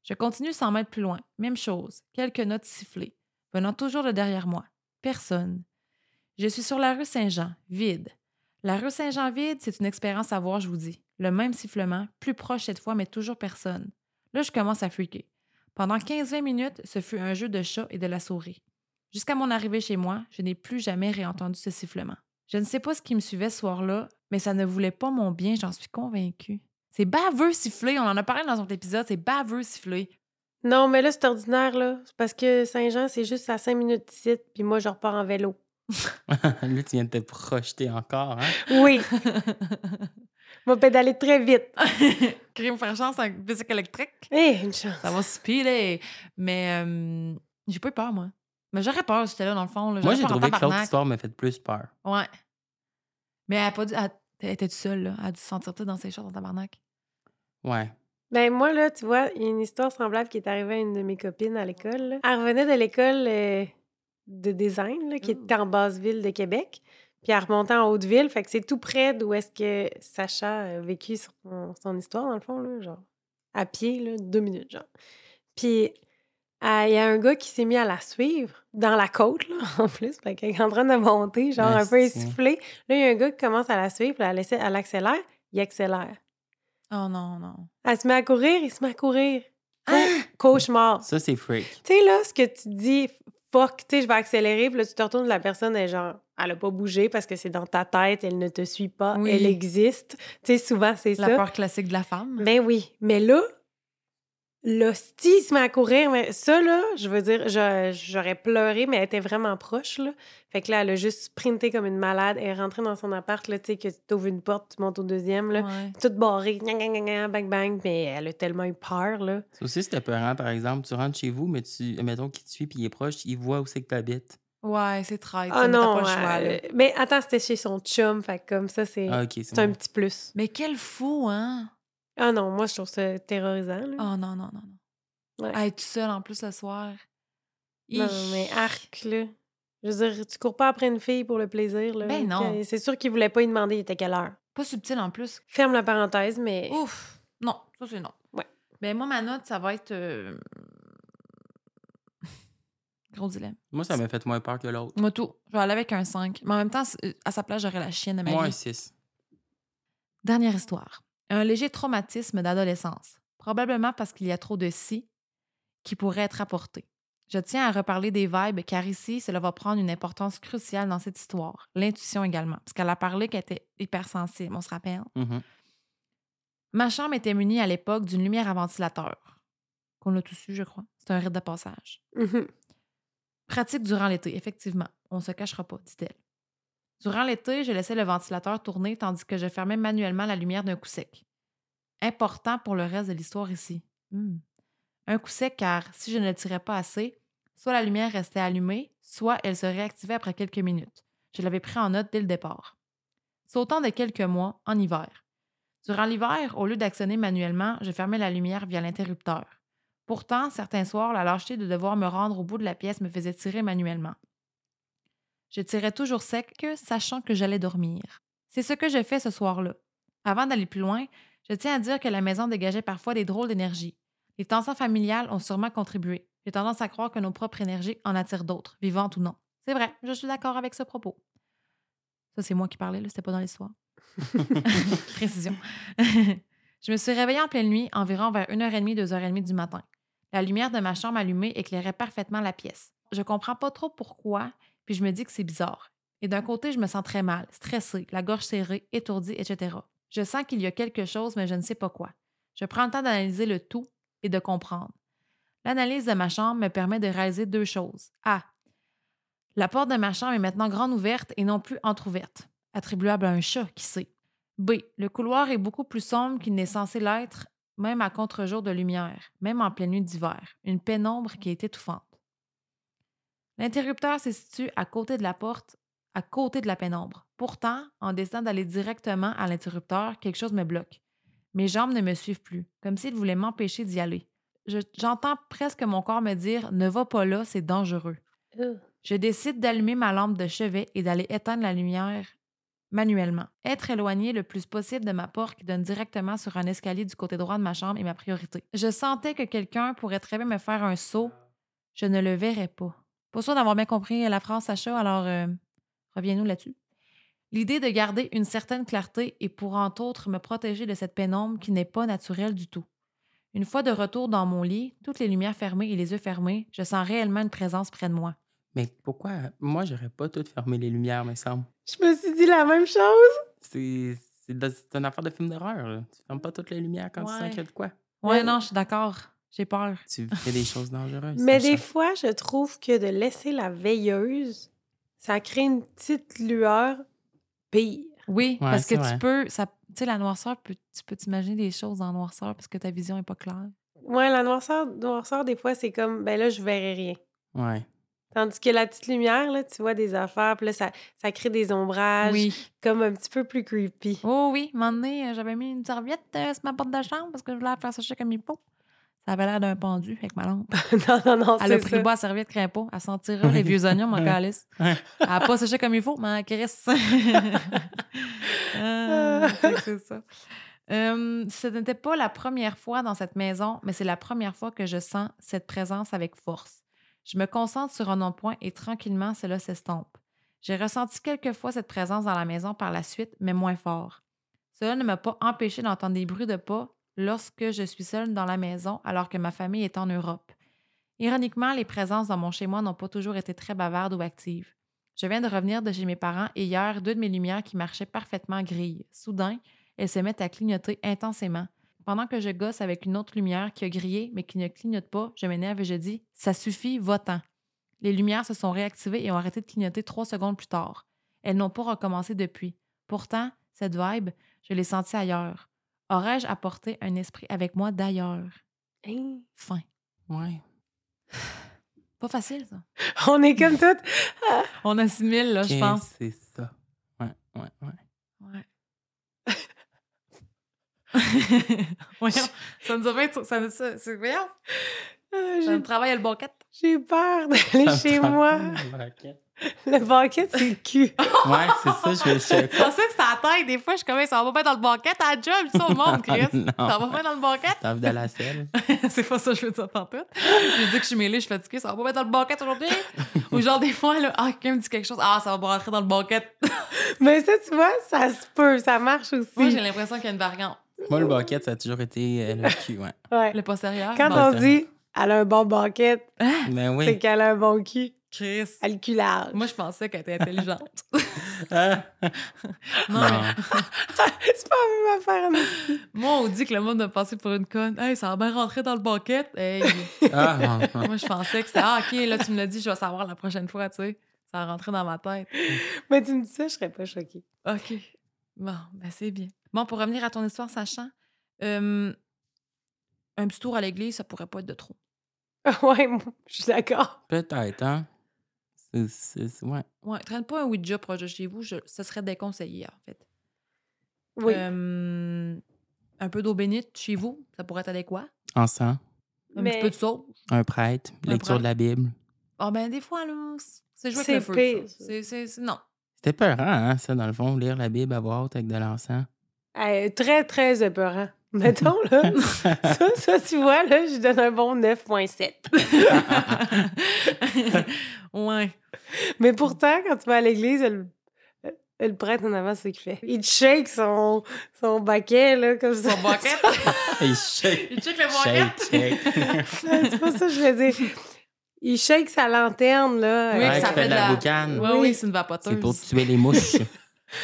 Speaker 1: Je continue 100 mètres plus loin, même chose, quelques notes sifflées, venant toujours de derrière moi. Personne. Je suis sur la rue Saint-Jean, vide. La rue Saint-Jean vide, c'est une expérience à voir, je vous dis. Le même sifflement, plus proche cette fois, mais toujours personne. Là, je commence à freaker. Pendant 15-20 minutes, ce fut un jeu de chat et de la souris. Jusqu'à mon arrivée chez moi, je n'ai plus jamais réentendu ce sifflement. Je ne sais pas ce qui me suivait ce soir-là, mais ça ne voulait pas mon bien, j'en suis convaincue. C'est baveux siffler, on en a parlé dans un autre épisode, c'est baveux siffler.
Speaker 2: Non, mais là, c'est ordinaire, là. C'est parce que Saint-Jean, c'est juste à 5 minutes d'ici, puis moi, je repars en vélo.
Speaker 3: là, tu viens de te projeter encore, hein?
Speaker 2: Oui, m'a pédalé très vite.
Speaker 1: Crime faire chance avec bicycle électrique.
Speaker 2: Eh, une chance.
Speaker 1: Ça va speeder. Mais euh, j'ai pas eu peur, moi. Mais j'aurais peur si j'étais là, dans le fond. là. J'aurais
Speaker 3: Moi, j'ai
Speaker 1: peur en
Speaker 3: trouvé que l'autre
Speaker 1: tabarnak.
Speaker 3: histoire m'a fait plus peur.
Speaker 1: Ouais. Mais elle a pas dû. Elle, elle était toute seule, là. Elle a dû se sentir peut-être dans ses shorts en tabarnak.
Speaker 3: Ouais.
Speaker 2: Ben moi, là, tu vois, il y a une histoire semblable qui est arrivée à une de mes copines à l'école. là. Elle revenait de l'école euh, de design, là, qui
Speaker 1: Ooh.
Speaker 2: était en basse ville de Québec. Puis elle remontait en haute ville. Fait que c'est tout près d'où est-ce que Sacha a vécu son, son histoire, dans le fond, là, genre à pied, là, deux minutes, genre. Puis euh, il y a un gars qui s'est mis à la suivre dans la côte, là, en plus. Fait qu'elle est en train de monter, genre un peu
Speaker 3: Asti.
Speaker 2: essoufflée. Là, il y a un gars qui commence à la suivre, là, elle, essaie- elle accélère, il accélère.
Speaker 1: Oh non, non.
Speaker 2: Elle se met à courir, il se met à courir.
Speaker 1: Ah!
Speaker 2: Cauchemar.
Speaker 3: Ça, c'est freak.
Speaker 2: Tu sais, là, ce que tu dis, fuck, tu sais, je vais accélérer, puis là, tu te retournes, la personne est genre, elle a pas bougé parce que c'est dans ta tête, elle ne te suit pas,
Speaker 1: Oui.
Speaker 2: elle existe. Tu sais, souvent, c'est
Speaker 1: La
Speaker 2: ça.
Speaker 1: peur classique de la femme.
Speaker 2: Ben oui. Mais là, l'hostie se met à courir. Mais ça, là, je veux dire, je- j'aurais pleuré, mais elle était vraiment proche, là. Fait que là, elle a juste sprinté comme une malade. Elle est rentrée dans son appart, là, tu sais, que tu ouvres une porte, tu montes au deuxième, là.
Speaker 1: Ouais.
Speaker 2: Toute barrée, gna, gna, gna, gna, bang, bang. Mais elle a tellement eu peur, là.
Speaker 3: Ça aussi, c'était peurant, hein, par exemple. Tu rentres chez vous, mais tu, mettons qu'il te suit puis il est proche, il voit où c'est que tu habites.
Speaker 1: Ouais, c'est traite.
Speaker 2: Ah
Speaker 1: ça, mais t'as
Speaker 2: non,
Speaker 1: pas le choix,
Speaker 2: euh,
Speaker 1: là.
Speaker 2: mais attends, c'était chez son chum, fait que comme ça, c'est
Speaker 3: Ah, ok.
Speaker 2: c'est un
Speaker 3: bon.
Speaker 2: petit plus.
Speaker 1: Mais quel fou, hein?
Speaker 2: Ah non, moi, je trouve ça terrorisant. là.
Speaker 1: Oh non, non, non, non.
Speaker 2: Ouais.
Speaker 1: Elle est toute seule en plus le soir.
Speaker 2: Non,
Speaker 1: Hi.
Speaker 2: mais arc, là. Je veux dire, tu cours pas après une fille pour le plaisir, là.
Speaker 1: Ben non.
Speaker 2: Que- C'est sûr qu'il voulait pas y demander il était quelle heure.
Speaker 1: Pas subtil en plus.
Speaker 2: Ferme la parenthèse, mais...
Speaker 1: Ouf! Non, ça c'est non.
Speaker 2: Ouais.
Speaker 1: Ben moi, ma note, ça va être. euh, Gros dilemme.
Speaker 3: Moi, ça m'a fait moins peur que l'autre.
Speaker 1: Moi, tout. Je vais aller avec un 5. Mais en même temps, c'est- à sa place, j'aurais la chienne à ma
Speaker 3: Moi, un
Speaker 1: vie.
Speaker 3: 6.
Speaker 1: Dernière histoire. Un léger traumatisme d'adolescence, probablement parce qu'il y a trop de si qui pourrait être apporté. Je tiens à reparler des vibes car ici, cela va prendre une importance cruciale dans cette histoire. L'intuition également, parce qu'elle a parlé qu'elle était hypersensible, on se rappelle.
Speaker 3: Mhm.
Speaker 1: Ma chambre était munie à l'époque d'une lumière à ventilateur, qu'on a tous eu, je crois. C'est un rite de passage.
Speaker 2: Mhm.
Speaker 1: Pratique durant l'été, effectivement. On se cachera pas, dit-elle. Durant l'été, je laissais le ventilateur tourner tandis que je fermais manuellement la lumière d'un coup sec. Important pour le reste de l'histoire ici. Hmm. Un coup sec car si je ne le tirais pas assez, soit la lumière restait allumée, soit elle se réactivait après quelques minutes. Je l'avais pris en note dès le départ. Sautant de quelques mois, en hiver. Durant l'hiver, au lieu d'actionner manuellement, je fermais la lumière via l'interrupteur. Pourtant, certains soirs, la lâcheté de devoir me rendre au bout de la pièce me faisait tirer manuellement. Je tirais toujours sec, sachant que j'allais dormir. C'est ce que j'ai fait ce soir-là. Avant d'aller plus loin, je tiens à dire que la maison dégageait parfois des drôles d'énergie. Les tensions familiales ont sûrement contribué. J'ai tendance à croire que nos propres énergies en attirent d'autres, vivantes ou non. C'est vrai, je suis d'accord avec ce propos. Ça, c'est moi qui parlais, là, c'était pas dans l'histoire. Précision. je me suis réveillée en pleine nuit, environ vers 1h30, 2h30 du matin. La lumière de ma chambre allumée éclairait parfaitement la pièce. Je comprends pas trop pourquoi, puis je me dis que c'est bizarre. Et d'un côté, je me sens très mal, stressée, la gorge serrée, étourdie, etc. Je sens qu'il y a quelque chose, mais je ne sais pas quoi. Je prends le temps d'analyser le tout et de comprendre. L'analyse de ma chambre me permet de réaliser deux choses. A. La porte de ma chambre est maintenant grande ouverte et non plus entr'ouverte, attribuable à un chat, qui sait. B. Le couloir est beaucoup plus sombre qu'il n'est censé l'être, même à contre-jour de lumière, même en pleine nuit d'hiver, une pénombre qui est étouffante. L'interrupteur se situe à côté de la porte, à côté de la pénombre. Pourtant, en décidant d'aller directement à l'interrupteur, quelque chose me bloque. Mes jambes ne me suivent plus, comme s'ils voulaient m'empêcher d'y aller. Je- J'entends presque mon corps me dire Ne va pas là, c'est dangereux.
Speaker 2: Ugh.
Speaker 1: Je décide d'allumer ma lampe de chevet et d'aller éteindre la lumière manuellement. Être éloigné le plus possible de ma porte qui donne directement sur un escalier du côté droit de ma chambre est ma priorité. Je sentais que quelqu'un pourrait très bien me faire un saut. Je ne le verrais pas. Pas sûr d'avoir bien compris la phrase, Sacha, alors euh, reviens-nous là-dessus. L'idée de garder une certaine clarté et pour entre autres me protéger de cette pénombre qui n'est pas naturelle du tout. Une fois de retour dans mon lit, toutes les lumières fermées et les yeux fermés, je sens réellement une présence près de moi.
Speaker 3: Mais pourquoi? Moi, j'aurais pas tout fermé les lumières, me semble.
Speaker 2: Je me suis dit la même chose.
Speaker 3: C'est c'est de- c'est une affaire de film d'horreur. là. Tu fermes pas toutes les lumières quand tu
Speaker 1: Ouais.
Speaker 3: sens qu'il y a de quoi.
Speaker 1: Ouais,
Speaker 2: Mais-
Speaker 1: non, je suis d'accord. J'ai peur.
Speaker 3: Tu fais des choses dangereuses.
Speaker 2: Mais
Speaker 3: Sacha.
Speaker 2: des fois, je trouve que de laisser la veilleuse, ça crée une petite lueur pire.
Speaker 1: Oui,
Speaker 3: Ouais,
Speaker 1: parce que
Speaker 3: c'est vrai.
Speaker 1: tu peux, ça- tu sais, la noirceur, peut- tu peux t'imaginer des choses en noirceur parce que ta vision n'est pas claire.
Speaker 2: Ouais, la noirceur, noirceur, des fois, c'est comme, ben là, je verrai rien.
Speaker 3: Ouais.
Speaker 2: Tandis que la petite lumière, là, tu vois des affaires, puis là, ça, ça crée des ombrages,
Speaker 1: Oui.
Speaker 2: comme un petit peu plus creepy.
Speaker 1: Oh oui, un moment donné, euh, j'avais mis une serviette euh, sur ma porte de chambre parce que je voulais la faire sécher comme il faut. Ça avait l'air d'un pendu avec ma lampe.
Speaker 2: non, non, non,
Speaker 1: Elle a
Speaker 2: c'est
Speaker 1: pris
Speaker 2: ça.
Speaker 1: le bois à serviette, craint pas. Elle sentira les vieux oignons, mon
Speaker 3: Ouais.
Speaker 1: calice.
Speaker 3: Ouais.
Speaker 1: Elle n'a pas séché comme il faut, mais elle crisse. Euh, fait que c'est ça. Euh, ce n'était pas la première fois dans cette maison, mais c'est la première fois que je sens cette présence avec force. Je me concentre sur un rond-point et tranquillement, cela s'estompe. J'ai ressenti quelquefois cette présence dans la maison par la suite, mais moins fort. Cela ne m'a pas empêché d'entendre des bruits de pas lorsque je suis seule dans la maison alors que ma famille est en Europe. Ironiquement, les présences dans mon chez-moi n'ont pas toujours été très bavardes ou actives. Je viens de revenir de chez mes parents et hier, deux de mes lumières qui marchaient parfaitement grillent. Soudain, elles se mettent à clignoter intensément. Pendant que je gosse avec une autre lumière qui a grillé mais qui ne clignote pas, je m'énerve et je dis Ça suffit, va-t'en. Les lumières se sont réactivées et ont arrêté de clignoter trois secondes plus tard. Elles n'ont pas recommencé depuis. Pourtant, cette vibe, je l'ai sentie ailleurs. Aurais-je apporté un esprit avec moi d'ailleurs?
Speaker 2: Hein?
Speaker 1: Fin.
Speaker 3: Ouais.
Speaker 1: Pas facile, ça.
Speaker 2: On est comme toutes.
Speaker 1: On assimile, là, je
Speaker 3: Ok,
Speaker 1: pense.
Speaker 3: C'est ça. Ouais, ouais, ouais.
Speaker 1: Ouais. voyons, ça nous a fait... Ça nous a- c'est- voyons,
Speaker 2: Ah,
Speaker 1: ça
Speaker 2: j'ai-
Speaker 1: nous travaille à le banquette.
Speaker 2: J'ai peur d'aller chez moi. Le banquet, c'est le cul.
Speaker 3: Ouais, c'est ça, je vais chercher.
Speaker 1: Je pensais que c'était à la tête. Des fois, je suis comme, ça va pas bien dans le banquette à la job. Je dis ça au monde, Chris.
Speaker 3: Ah, Non.
Speaker 1: Oh Ça va pas bien dans le banquette.
Speaker 3: T'as envie d'aller à la selle?
Speaker 1: c'est pas ça que je veux dire pantoute. Je dis que je suis mêlée, je suis fatiguée. Ça va pas bien dans le banquette aujourd'hui. Ou genre, des fois, là, ah, quelqu'un me dit quelque chose. Ah, ça va pas rentrer dans le banquette.
Speaker 2: Mais ça, tu vois, ça se peut, ça marche aussi.
Speaker 1: Moi, j'ai l'impression qu'il y a une variante.
Speaker 3: Moi, le bucket, ça a toujours été euh, le cul, ouais.
Speaker 2: Ouais.
Speaker 1: Le postérieur.
Speaker 2: Quand
Speaker 1: bon,
Speaker 2: on
Speaker 3: ça-
Speaker 2: dit elle a un bon banquet,
Speaker 3: Ben
Speaker 2: c'est
Speaker 3: oui.
Speaker 2: qu'elle a un bon cul.
Speaker 1: Chris.
Speaker 2: Elle a le cul large.
Speaker 1: Moi, je pensais qu'elle était intelligente.
Speaker 3: Ah,
Speaker 1: non, mais-
Speaker 3: non.
Speaker 2: c'est pas la même affaire. mais-
Speaker 1: Moi, on dit que le monde m'a passé pour une conne. Hey, ça va bien rentrer dans le banquet. Hey,
Speaker 3: Ah, non, non.
Speaker 1: moi, je pensais que c'était Ah, OK, là, tu me l'as dit, je vais savoir la prochaine fois, tu sais. Ça a rentré dans ma tête.
Speaker 2: Mais tu me dis ça, je serais pas choquée.
Speaker 1: OK. Bon, ben, c'est bien. Bon, pour revenir à ton histoire, sachant, euh, un petit tour à l'église, ça pourrait pas être de trop.
Speaker 2: ouais, moi, je suis d'accord.
Speaker 3: Peut-être, hein? C'est- c'est- c'est- ouais.
Speaker 1: Ouais, traîne pas un Ouija proche de chez vous, je- ce serait déconseillé, en fait.
Speaker 2: Oui.
Speaker 1: Euh, un peu d'eau bénite chez vous, ça pourrait être adéquat.
Speaker 3: Ensemble,
Speaker 1: Un
Speaker 2: mais
Speaker 1: petit peu de sauce.
Speaker 3: un prêtre,
Speaker 1: Un
Speaker 3: lecture de la Bible.
Speaker 1: Ah, ben, des fois, là, c'est jouer avec
Speaker 2: C'est
Speaker 1: le feu.
Speaker 2: pire,
Speaker 1: ça.
Speaker 2: ça.
Speaker 1: C'est- c'est- c'est- Non.
Speaker 3: C'était peurant, hein, ça, dans le fond, lire la Bible à voix haute avec de l'encens.
Speaker 2: euh, très, très épeurant. Mettons, là. ça, ça, tu vois, là, je donne un bon 9.7.
Speaker 1: ouais.
Speaker 2: Mais pourtant, quand tu vas à l'église, le, le prêtre en avant, c'est ce qu'il fait. Il te shake son, son baquet, là, comme ça.
Speaker 1: Son banquette.
Speaker 3: Hey, shake,
Speaker 1: Ah, Il check le
Speaker 3: shake,
Speaker 1: banquette.
Speaker 3: shake.
Speaker 2: c'est pas ça que je veux dire. Il shake sa lanterne, là.
Speaker 1: Oui,
Speaker 3: Ouais,
Speaker 1: que ça
Speaker 3: qui
Speaker 1: fait de la-
Speaker 3: boucane.
Speaker 1: Ouais,
Speaker 2: Oui.
Speaker 1: oui, c'est une vapoteuse.
Speaker 3: C'est pour tuer les mouches.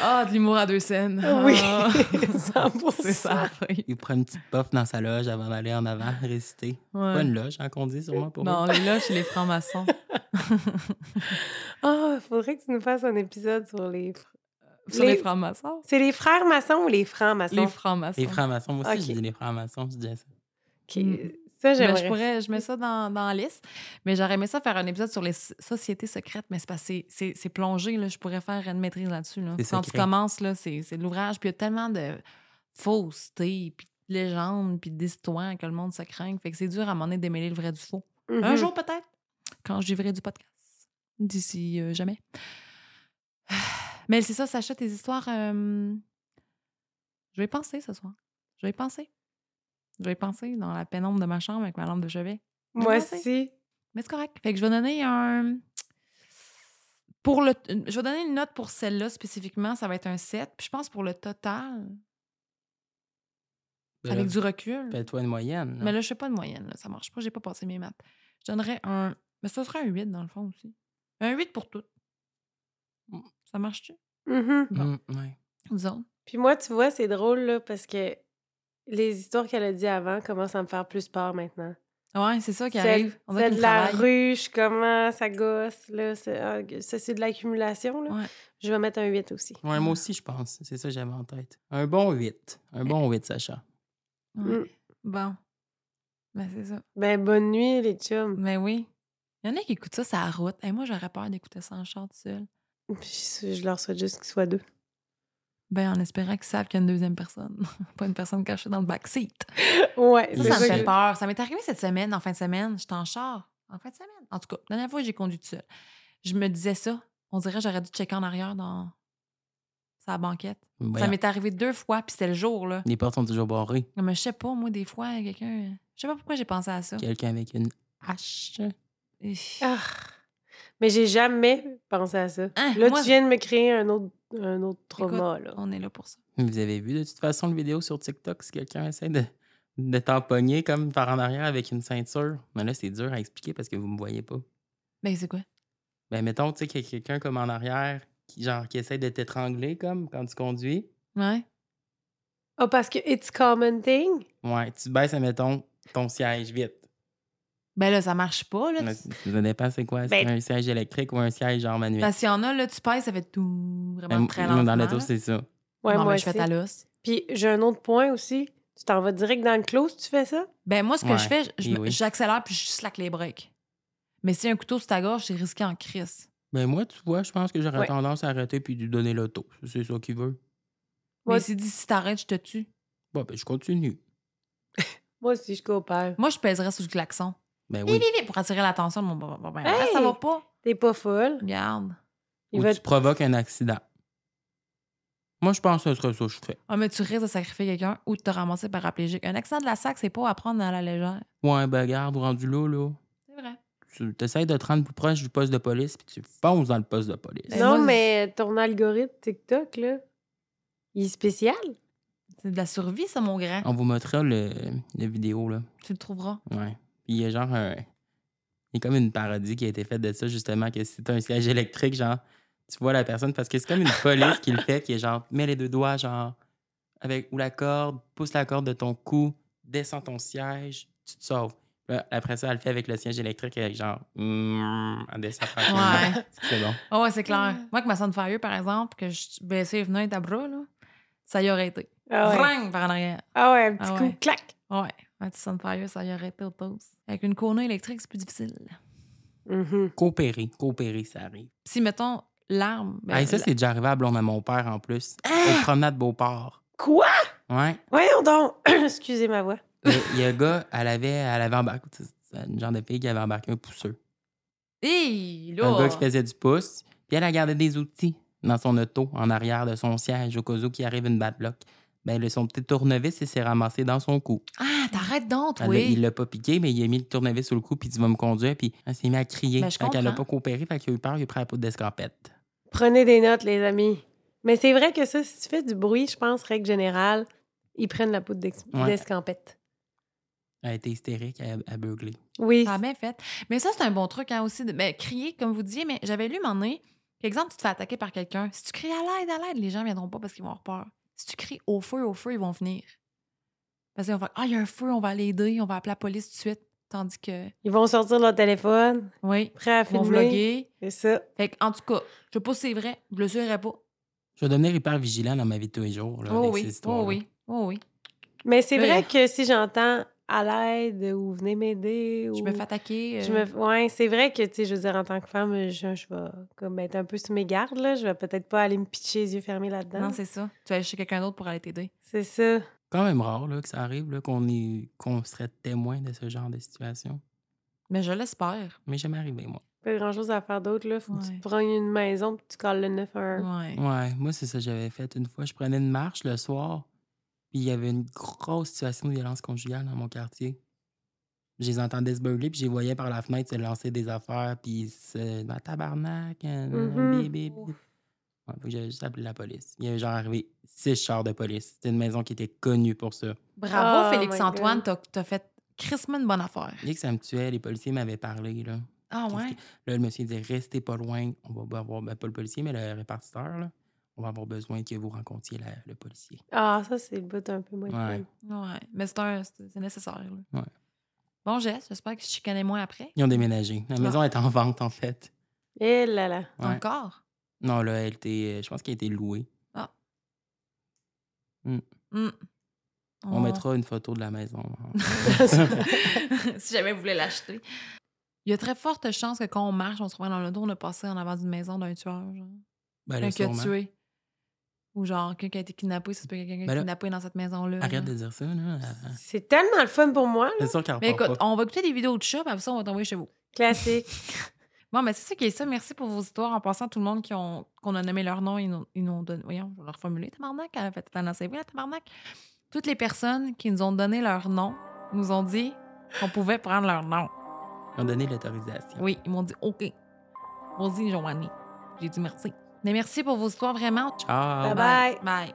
Speaker 1: Ah, de l'humour à deux scènes.
Speaker 2: Oui,
Speaker 1: Ah.
Speaker 2: 100%.
Speaker 1: c'est ça. oui.
Speaker 3: Il prend une petite puff dans sa loge avant d'aller en avant réciter.
Speaker 1: Ouais.
Speaker 3: Pas une loge, hein, qu'on dit sûrement pour
Speaker 1: Non, les loges, chez les francs-maçons.
Speaker 2: Ah, faudrait que tu nous fasses un épisode sur les... fr-
Speaker 1: Sur les
Speaker 2: Les-
Speaker 1: francs-maçons.
Speaker 2: C'est les frères maçons ou les francs maçons?
Speaker 1: Les francs-maçons.
Speaker 3: Les francs-maçons, moi aussi,
Speaker 2: Ok.
Speaker 3: je dis les francs-maçons, je disais ça.
Speaker 2: Ok, Ça,
Speaker 1: Ben,
Speaker 2: j'aimerais.
Speaker 1: je, pourrais, je mets ça dans, dans la liste, mais j'aurais aimé ça faire un épisode sur les s- sociétés secrètes, mais c'est parce que c'est- c'est c'est plongé, là, je pourrais faire une maîtrise là-dessus. Là.
Speaker 3: C'est
Speaker 1: Quand tu
Speaker 3: secret.
Speaker 1: commences, là, c'est c'est de l'ouvrage, puis il y a tellement de faussetés, puis de légendes, puis d'histoires que le monde se craint. Fait que c'est dur à un moment donné de démêler le vrai du faux.
Speaker 2: Mhm.
Speaker 1: Un jour peut-être, Mm-hmm. quand je vivrai du podcast. D'ici euh, jamais. Mais c'est ça, Sacha, tes histoires. euh, Je vais y penser ce soir. Je vais y penser. Je vais y penser dans la pénombre de ma chambre avec ma lampe de chevet.
Speaker 2: Moi
Speaker 1: Je vais
Speaker 2: aussi.
Speaker 1: Mais c'est correct. Fait que je vais donner un. Pour le... Je vais donner une note pour celle-là spécifiquement. Ça va être un 7. Puis je pense pour le total,
Speaker 3: Ben
Speaker 1: avec
Speaker 3: là,
Speaker 1: du recul.
Speaker 3: Fais-toi une moyenne. là.
Speaker 1: Mais là, je sais pas de moyenne. Là. Ça marche pas. J'ai pas passé mes maths. Je donnerais un. Mais ça serait un 8 dans le fond aussi. Un 8 pour toutes. Ça marche-tu?
Speaker 2: Mhm.
Speaker 3: Mm, ouais.
Speaker 1: Vous autres?
Speaker 2: Puis moi, tu vois, c'est drôle, là, parce que les histoires qu'elle a dit avant commencent à me faire plus peur maintenant.
Speaker 1: Ouais, c'est ça qui
Speaker 2: C'est
Speaker 1: arrive. On dirait
Speaker 2: c'est
Speaker 1: qu'il
Speaker 2: de la
Speaker 1: travaille.
Speaker 2: ruche, comment ça gosse. Là, c'est, ah, ça, c'est de l'accumulation. là.
Speaker 1: Ouais.
Speaker 2: Je vais mettre un 8 aussi.
Speaker 3: Ouais,
Speaker 1: Mm.
Speaker 3: moi aussi, je pense. C'est ça que j'avais en tête. Un bon 8. Un bon 8, Sacha.
Speaker 1: Ouais.
Speaker 2: Mm.
Speaker 1: Bon. Ben, c'est ça.
Speaker 2: Ben, bonne nuit, les chums.
Speaker 1: Mais oui. Il y en a qui écoutent ça, ça route. Et moi, j'aurais peur d'écouter ça en chant tout seul.
Speaker 2: Je, je leur souhaite juste qu'ils soient deux.
Speaker 1: Ben, en espérant qu'ils savent qu'il y a une deuxième personne. Pas une personne cachée dans le backseat.
Speaker 2: Ouais,
Speaker 1: Ça,
Speaker 3: C'est
Speaker 1: ça me
Speaker 3: ça
Speaker 1: fait
Speaker 3: que-
Speaker 1: peur. Ça m'est arrivé cette semaine, en fin de semaine. J'étais en char, en fin de semaine. En tout cas, la dernière fois que j'ai conduit tout seul, je me disais ça. On dirait que j'aurais dû checker en arrière dans sa banquette. Ça
Speaker 3: Voyons.
Speaker 1: m'est arrivé deux fois, puis c'était le jour, là.
Speaker 3: Les portes sont toujours barrées.
Speaker 1: Mais je sais pas, moi, des fois, quelqu'un... Je sais pas pourquoi j'ai pensé à ça.
Speaker 3: Quelqu'un avec une hache.
Speaker 1: Eff.
Speaker 2: Ah. Mais j'ai jamais pensé à ça.
Speaker 1: Hein,
Speaker 2: là,
Speaker 1: moi,
Speaker 2: tu viens de me créer un autre, un autre trauma. là.
Speaker 1: On est là pour ça.
Speaker 3: Vous avez vu de toute façon le vidéo sur TikTok si quelqu'un essaie de, de tamponner comme par en arrière avec une ceinture. Mais là, c'est dur à expliquer parce que vous me voyez pas.
Speaker 1: Ben, c'est quoi?
Speaker 3: Ben, mettons, tu sais, qu'il y a quelqu'un comme en arrière qui, genre, qui essaie de t'étrangler comme quand tu conduis.
Speaker 1: Ouais.
Speaker 2: Ah, parce que it's common thing.
Speaker 3: Ouais, tu baisses, mettons, ton siège vite.
Speaker 1: Ben là, ça marche pas, là.
Speaker 3: Mais Ça dépend c'est quoi, c'est
Speaker 2: Ben-
Speaker 3: un siège électrique ou un siège genre manuel.
Speaker 1: Parce qu'il y en a, là, tu pèses, ça fait tout Ben, vraiment
Speaker 3: Ben,
Speaker 1: très
Speaker 3: moi,
Speaker 1: lentement.
Speaker 3: dans l'auto,
Speaker 1: là.
Speaker 3: c'est ça.
Speaker 2: Ouais,
Speaker 1: non,
Speaker 2: moi
Speaker 1: mais je fais
Speaker 2: aussi.
Speaker 1: ta l'os.
Speaker 2: Puis j'ai un autre point aussi. Tu t'en vas direct dans le clos si tu fais ça?
Speaker 1: Ben, moi, ce que
Speaker 3: Ouais,
Speaker 1: je fais, je- je
Speaker 3: oui,
Speaker 1: me-
Speaker 3: oui.
Speaker 1: j'accélère puis je slack les breaks. Mais si un couteau sur ta gorge, c'est risqué en crise.
Speaker 3: Ben moi, tu vois, je pense que j'aurais
Speaker 2: Ouais.
Speaker 3: tendance à arrêter puis lui donner l'auto. C'est ça qu'il veut.
Speaker 1: Mais
Speaker 2: Ouais.
Speaker 1: s'il dit si t'arrêtes, je te tue.
Speaker 3: Bon, ben je continue.
Speaker 2: Moi aussi, je coopère.
Speaker 1: Moi, je pèserais sur le klaxon.
Speaker 3: Ben
Speaker 1: Oui.
Speaker 3: oui.
Speaker 1: pour attirer l'attention de mon bon ben,
Speaker 2: Hey!
Speaker 1: Ça va pas.
Speaker 2: T'es pas folle.
Speaker 1: Regarde.
Speaker 2: Il
Speaker 3: Ou
Speaker 2: va
Speaker 3: tu provoques un accident. Moi, je pense que ce serait ça que je fais.
Speaker 1: Ah, mais tu risques de sacrifier quelqu'un ou de te ramasser paraplégique. Un accident de la sac, c'est pas à prendre à la légère.
Speaker 3: Ouais, ben garde, rendu là, là.
Speaker 1: C'est vrai.
Speaker 3: Tu essaies de te rendre plus proche du poste de police puis tu fonces dans le poste de police.
Speaker 1: Ben,
Speaker 2: non,
Speaker 1: moi,
Speaker 2: mais ton algorithme TikTok, là, il est spécial.
Speaker 1: C'est de la survie, ça, mon grand.
Speaker 3: On vous montrera le, la vidéo, là.
Speaker 1: Tu le trouveras.
Speaker 3: Ouais. Puis il y a genre un. Il y a comme une parodie qui a été faite de ça, justement, que si t'as un siège électrique, genre, tu vois la personne, parce que c'est comme une police qui le fait, qui est genre, mets les deux doigts, genre, avec ou la corde, pousse la corde de ton cou, descends ton siège, tu te sauves. Puis là, après ça, elle le fait avec le siège électrique, avec genre, mm, elle descend tranquillement.
Speaker 1: Ouais.
Speaker 3: C'est bon.
Speaker 1: Ah ouais, c'est clair.
Speaker 2: Ouais.
Speaker 1: Moi, avec ma sonne fire, par exemple, que je baissais les fenêtres à bras, là, ça y aurait été.
Speaker 2: Ah ouais.
Speaker 1: Vrang par en arrière.
Speaker 2: Ah ouais, un petit
Speaker 1: Ah
Speaker 2: coup,
Speaker 1: ouais.
Speaker 2: clac.
Speaker 1: Ouais, un petit Sunfire, ça y aurait été autre chose. Avec une corne électrique, c'est plus difficile.
Speaker 2: Mhm.
Speaker 3: Coopérer, coopérer, ça arrive.
Speaker 1: Si, mettons, l'arme. ben,
Speaker 3: Hey, Ah, ça,
Speaker 1: la- Hein?
Speaker 3: c'est déjà arrivé à blonde à mon père, en plus. Au promenade Beauport.
Speaker 2: Quoi?
Speaker 3: Ouais.
Speaker 2: Voyons donc. Excusez ma voix.
Speaker 3: Mais Il y a un gars, elle avait, elle avait embarqué, c'est- c'est une genre de fille qui avait embarqué un pousseux.
Speaker 1: Hey, là!
Speaker 3: Un gars qui faisait du pouce, puis elle a gardé des outils dans son auto, en arrière de son siège, au cas où qu'il arrive une batlock. Ben, le, son petit tournevis, il s'est ramassé dans son cou.
Speaker 1: Ah, t'arrêtes donc,
Speaker 3: Elle l'a-
Speaker 1: oui.
Speaker 3: Il l'a pas piqué, mais il a mis le tournevis sur le cou, puis il dit, va me conduire, puis elle s'est mise à crier.
Speaker 1: Ben, je
Speaker 3: fait qu'elle n'a
Speaker 1: comprends.
Speaker 3: pas coopéré, fait qu'il a eu peur, il a pris la peau d'escarpette.
Speaker 2: Prenez des notes, les amis. Mais c'est vrai que ça, si tu fais du bruit, je pense, règle générale, ils prennent la poudre d'ex-
Speaker 3: Ouais.
Speaker 2: d'escampette.
Speaker 3: Elle a été hystérique, elle a, a beuglé.
Speaker 2: Oui.
Speaker 1: Ça a bien fait. Mais ça, c'est un bon truc hein, aussi. De... ben, crier, comme vous disiez, mais j'avais lu, m'en est. Exemple, tu te fais attaquer par quelqu'un. Si tu cries à l'aide, à l'aide, les gens viendront pas parce qu'ils vont avoir peur. Si tu cries au feu, au feu, ils vont venir. Parce qu'ils vont faire Ah, il y a un feu, on va aller aider, on va appeler la police tout de suite. Tandis que,
Speaker 2: Ils vont sortir leur téléphone,
Speaker 1: oui,
Speaker 2: prêts à
Speaker 1: ils vont
Speaker 2: filmer.
Speaker 1: vlogger.
Speaker 2: C'est ça.
Speaker 1: Fait que, en tout cas, je sais pas si c'est vrai, je le saurais pas.
Speaker 3: Je vais devenir hyper vigilant dans ma vie de tous les jours, là,
Speaker 1: Oh
Speaker 3: avec ces
Speaker 1: oui,
Speaker 3: histoires
Speaker 1: oh oui, oh oui.
Speaker 2: Mais c'est
Speaker 1: Mais-
Speaker 2: vrai que si j'entends à l'aide ou venez m'aider ou.
Speaker 1: Je me fais attaquer.
Speaker 2: Je
Speaker 1: euh,
Speaker 2: me... Ouais, c'est vrai que, tu sais, je veux dire, en tant que femme, euh, je, je vais comme être un peu sous mes gardes, là. Je vais peut-être pas aller me pitcher les yeux fermés là-dedans.
Speaker 1: Non, c'est ça. Tu vas aller chez quelqu'un d'autre pour aller t'aider.
Speaker 2: c'est ça.
Speaker 3: Quand même rare, là, que ça arrive, là, qu'on est- qu'on serait témoin de ce genre de situation.
Speaker 1: Mais je l'espère.
Speaker 3: Mais jamais arrivé, moi.
Speaker 2: Pas grand-chose à faire d'autre, là. Faut que
Speaker 1: Ouais.
Speaker 2: tu te prennes une maison puis tu colles le 9 à un.
Speaker 1: Ouais.
Speaker 3: Ouais, moi, c'est ça que j'avais fait. Une fois, je prenais une marche le soir, puis il y avait une grosse situation de violence conjugale dans mon quartier. Je les entendais se beurler, puis je les voyais par la fenêtre se lancer des affaires, puis se. Dans tabarnak, hein,
Speaker 2: Mhm.
Speaker 3: bébé. bébé. Ouais, faut que j'avais juste appelé la police. Il y avait genre arrivé six chars de police. C'était une maison qui était connue pour ça.
Speaker 1: Bravo,
Speaker 2: Oh
Speaker 1: Félix-Antoine,
Speaker 2: my
Speaker 1: t'as t'as fait crissement une bonne affaire.
Speaker 3: Dès que ça me tuait, les policiers m'avaient parlé, là.
Speaker 1: Ah
Speaker 3: Qu'est-ce
Speaker 1: ouais?
Speaker 3: que- Là, le monsieur disait Restez pas loin, on va avoir, ben, pas le policier, mais le répartiteur, là. On va avoir besoin que vous rencontriez la- le policier.
Speaker 2: Ah, ça, c'est le bout un peu moins.
Speaker 3: Ouais.
Speaker 2: fun.
Speaker 1: Ouais. Mais c'est un- c'est c'est nécessaire. là. Bon geste, j'espère que je connais moins après.
Speaker 3: Ils ont déménagé. La
Speaker 1: Ah.
Speaker 3: maison est en vente, en fait.
Speaker 2: Eh là là.
Speaker 3: Ouais.
Speaker 1: Encore?
Speaker 3: Non, là, elle était. euh, Je pense qu'elle a été louée.
Speaker 1: Hmm.
Speaker 3: On mettra une photo de la maison. hein.
Speaker 1: si jamais vous voulez l'acheter. Il y a très forte chance que quand on marche, on se prend dans l'auto, on a passé en avant d'une maison d'un tueur. Genre.
Speaker 3: ben,
Speaker 1: Quelqu'un
Speaker 3: là,
Speaker 1: qui a
Speaker 3: sûrement.
Speaker 1: tué. Ou genre, quelqu'un qui a été kidnappé, ça se peut qu'il y a quelqu'un
Speaker 3: Ben là,
Speaker 1: kidnappé dans cette maison-là.
Speaker 3: Arrête
Speaker 1: là.
Speaker 3: de dire ça, là.
Speaker 2: C'est tellement le fun pour moi. là.
Speaker 3: C'est sûr qu'elle
Speaker 1: Mais
Speaker 3: repart
Speaker 1: écoute,
Speaker 3: pas.
Speaker 1: on va écouter des vidéos de chats, puis après ça, on va tomber chez vous.
Speaker 2: Classique.
Speaker 1: Bon, ben c'est ça qui est ça. Merci pour vos histoires. En passant, tout le monde qui ont, qu'on a nommé leur nom, ils nous, ils nous ont donné. Voyons, je vais leur formuler, tabarnak. Elle a fait t'en as servi, la tabarnak. Toutes les personnes qui nous ont donné leur nom nous ont dit qu'on pouvait prendre leur nom.
Speaker 3: Ils ont donné l'autorisation.
Speaker 1: Oui, ils m'ont dit OK. Vas-y, Joanny. J'ai dit merci. Mais merci pour vos histoires, vraiment.
Speaker 3: Ciao.
Speaker 1: Ah,
Speaker 2: Bye bye.
Speaker 1: Bye.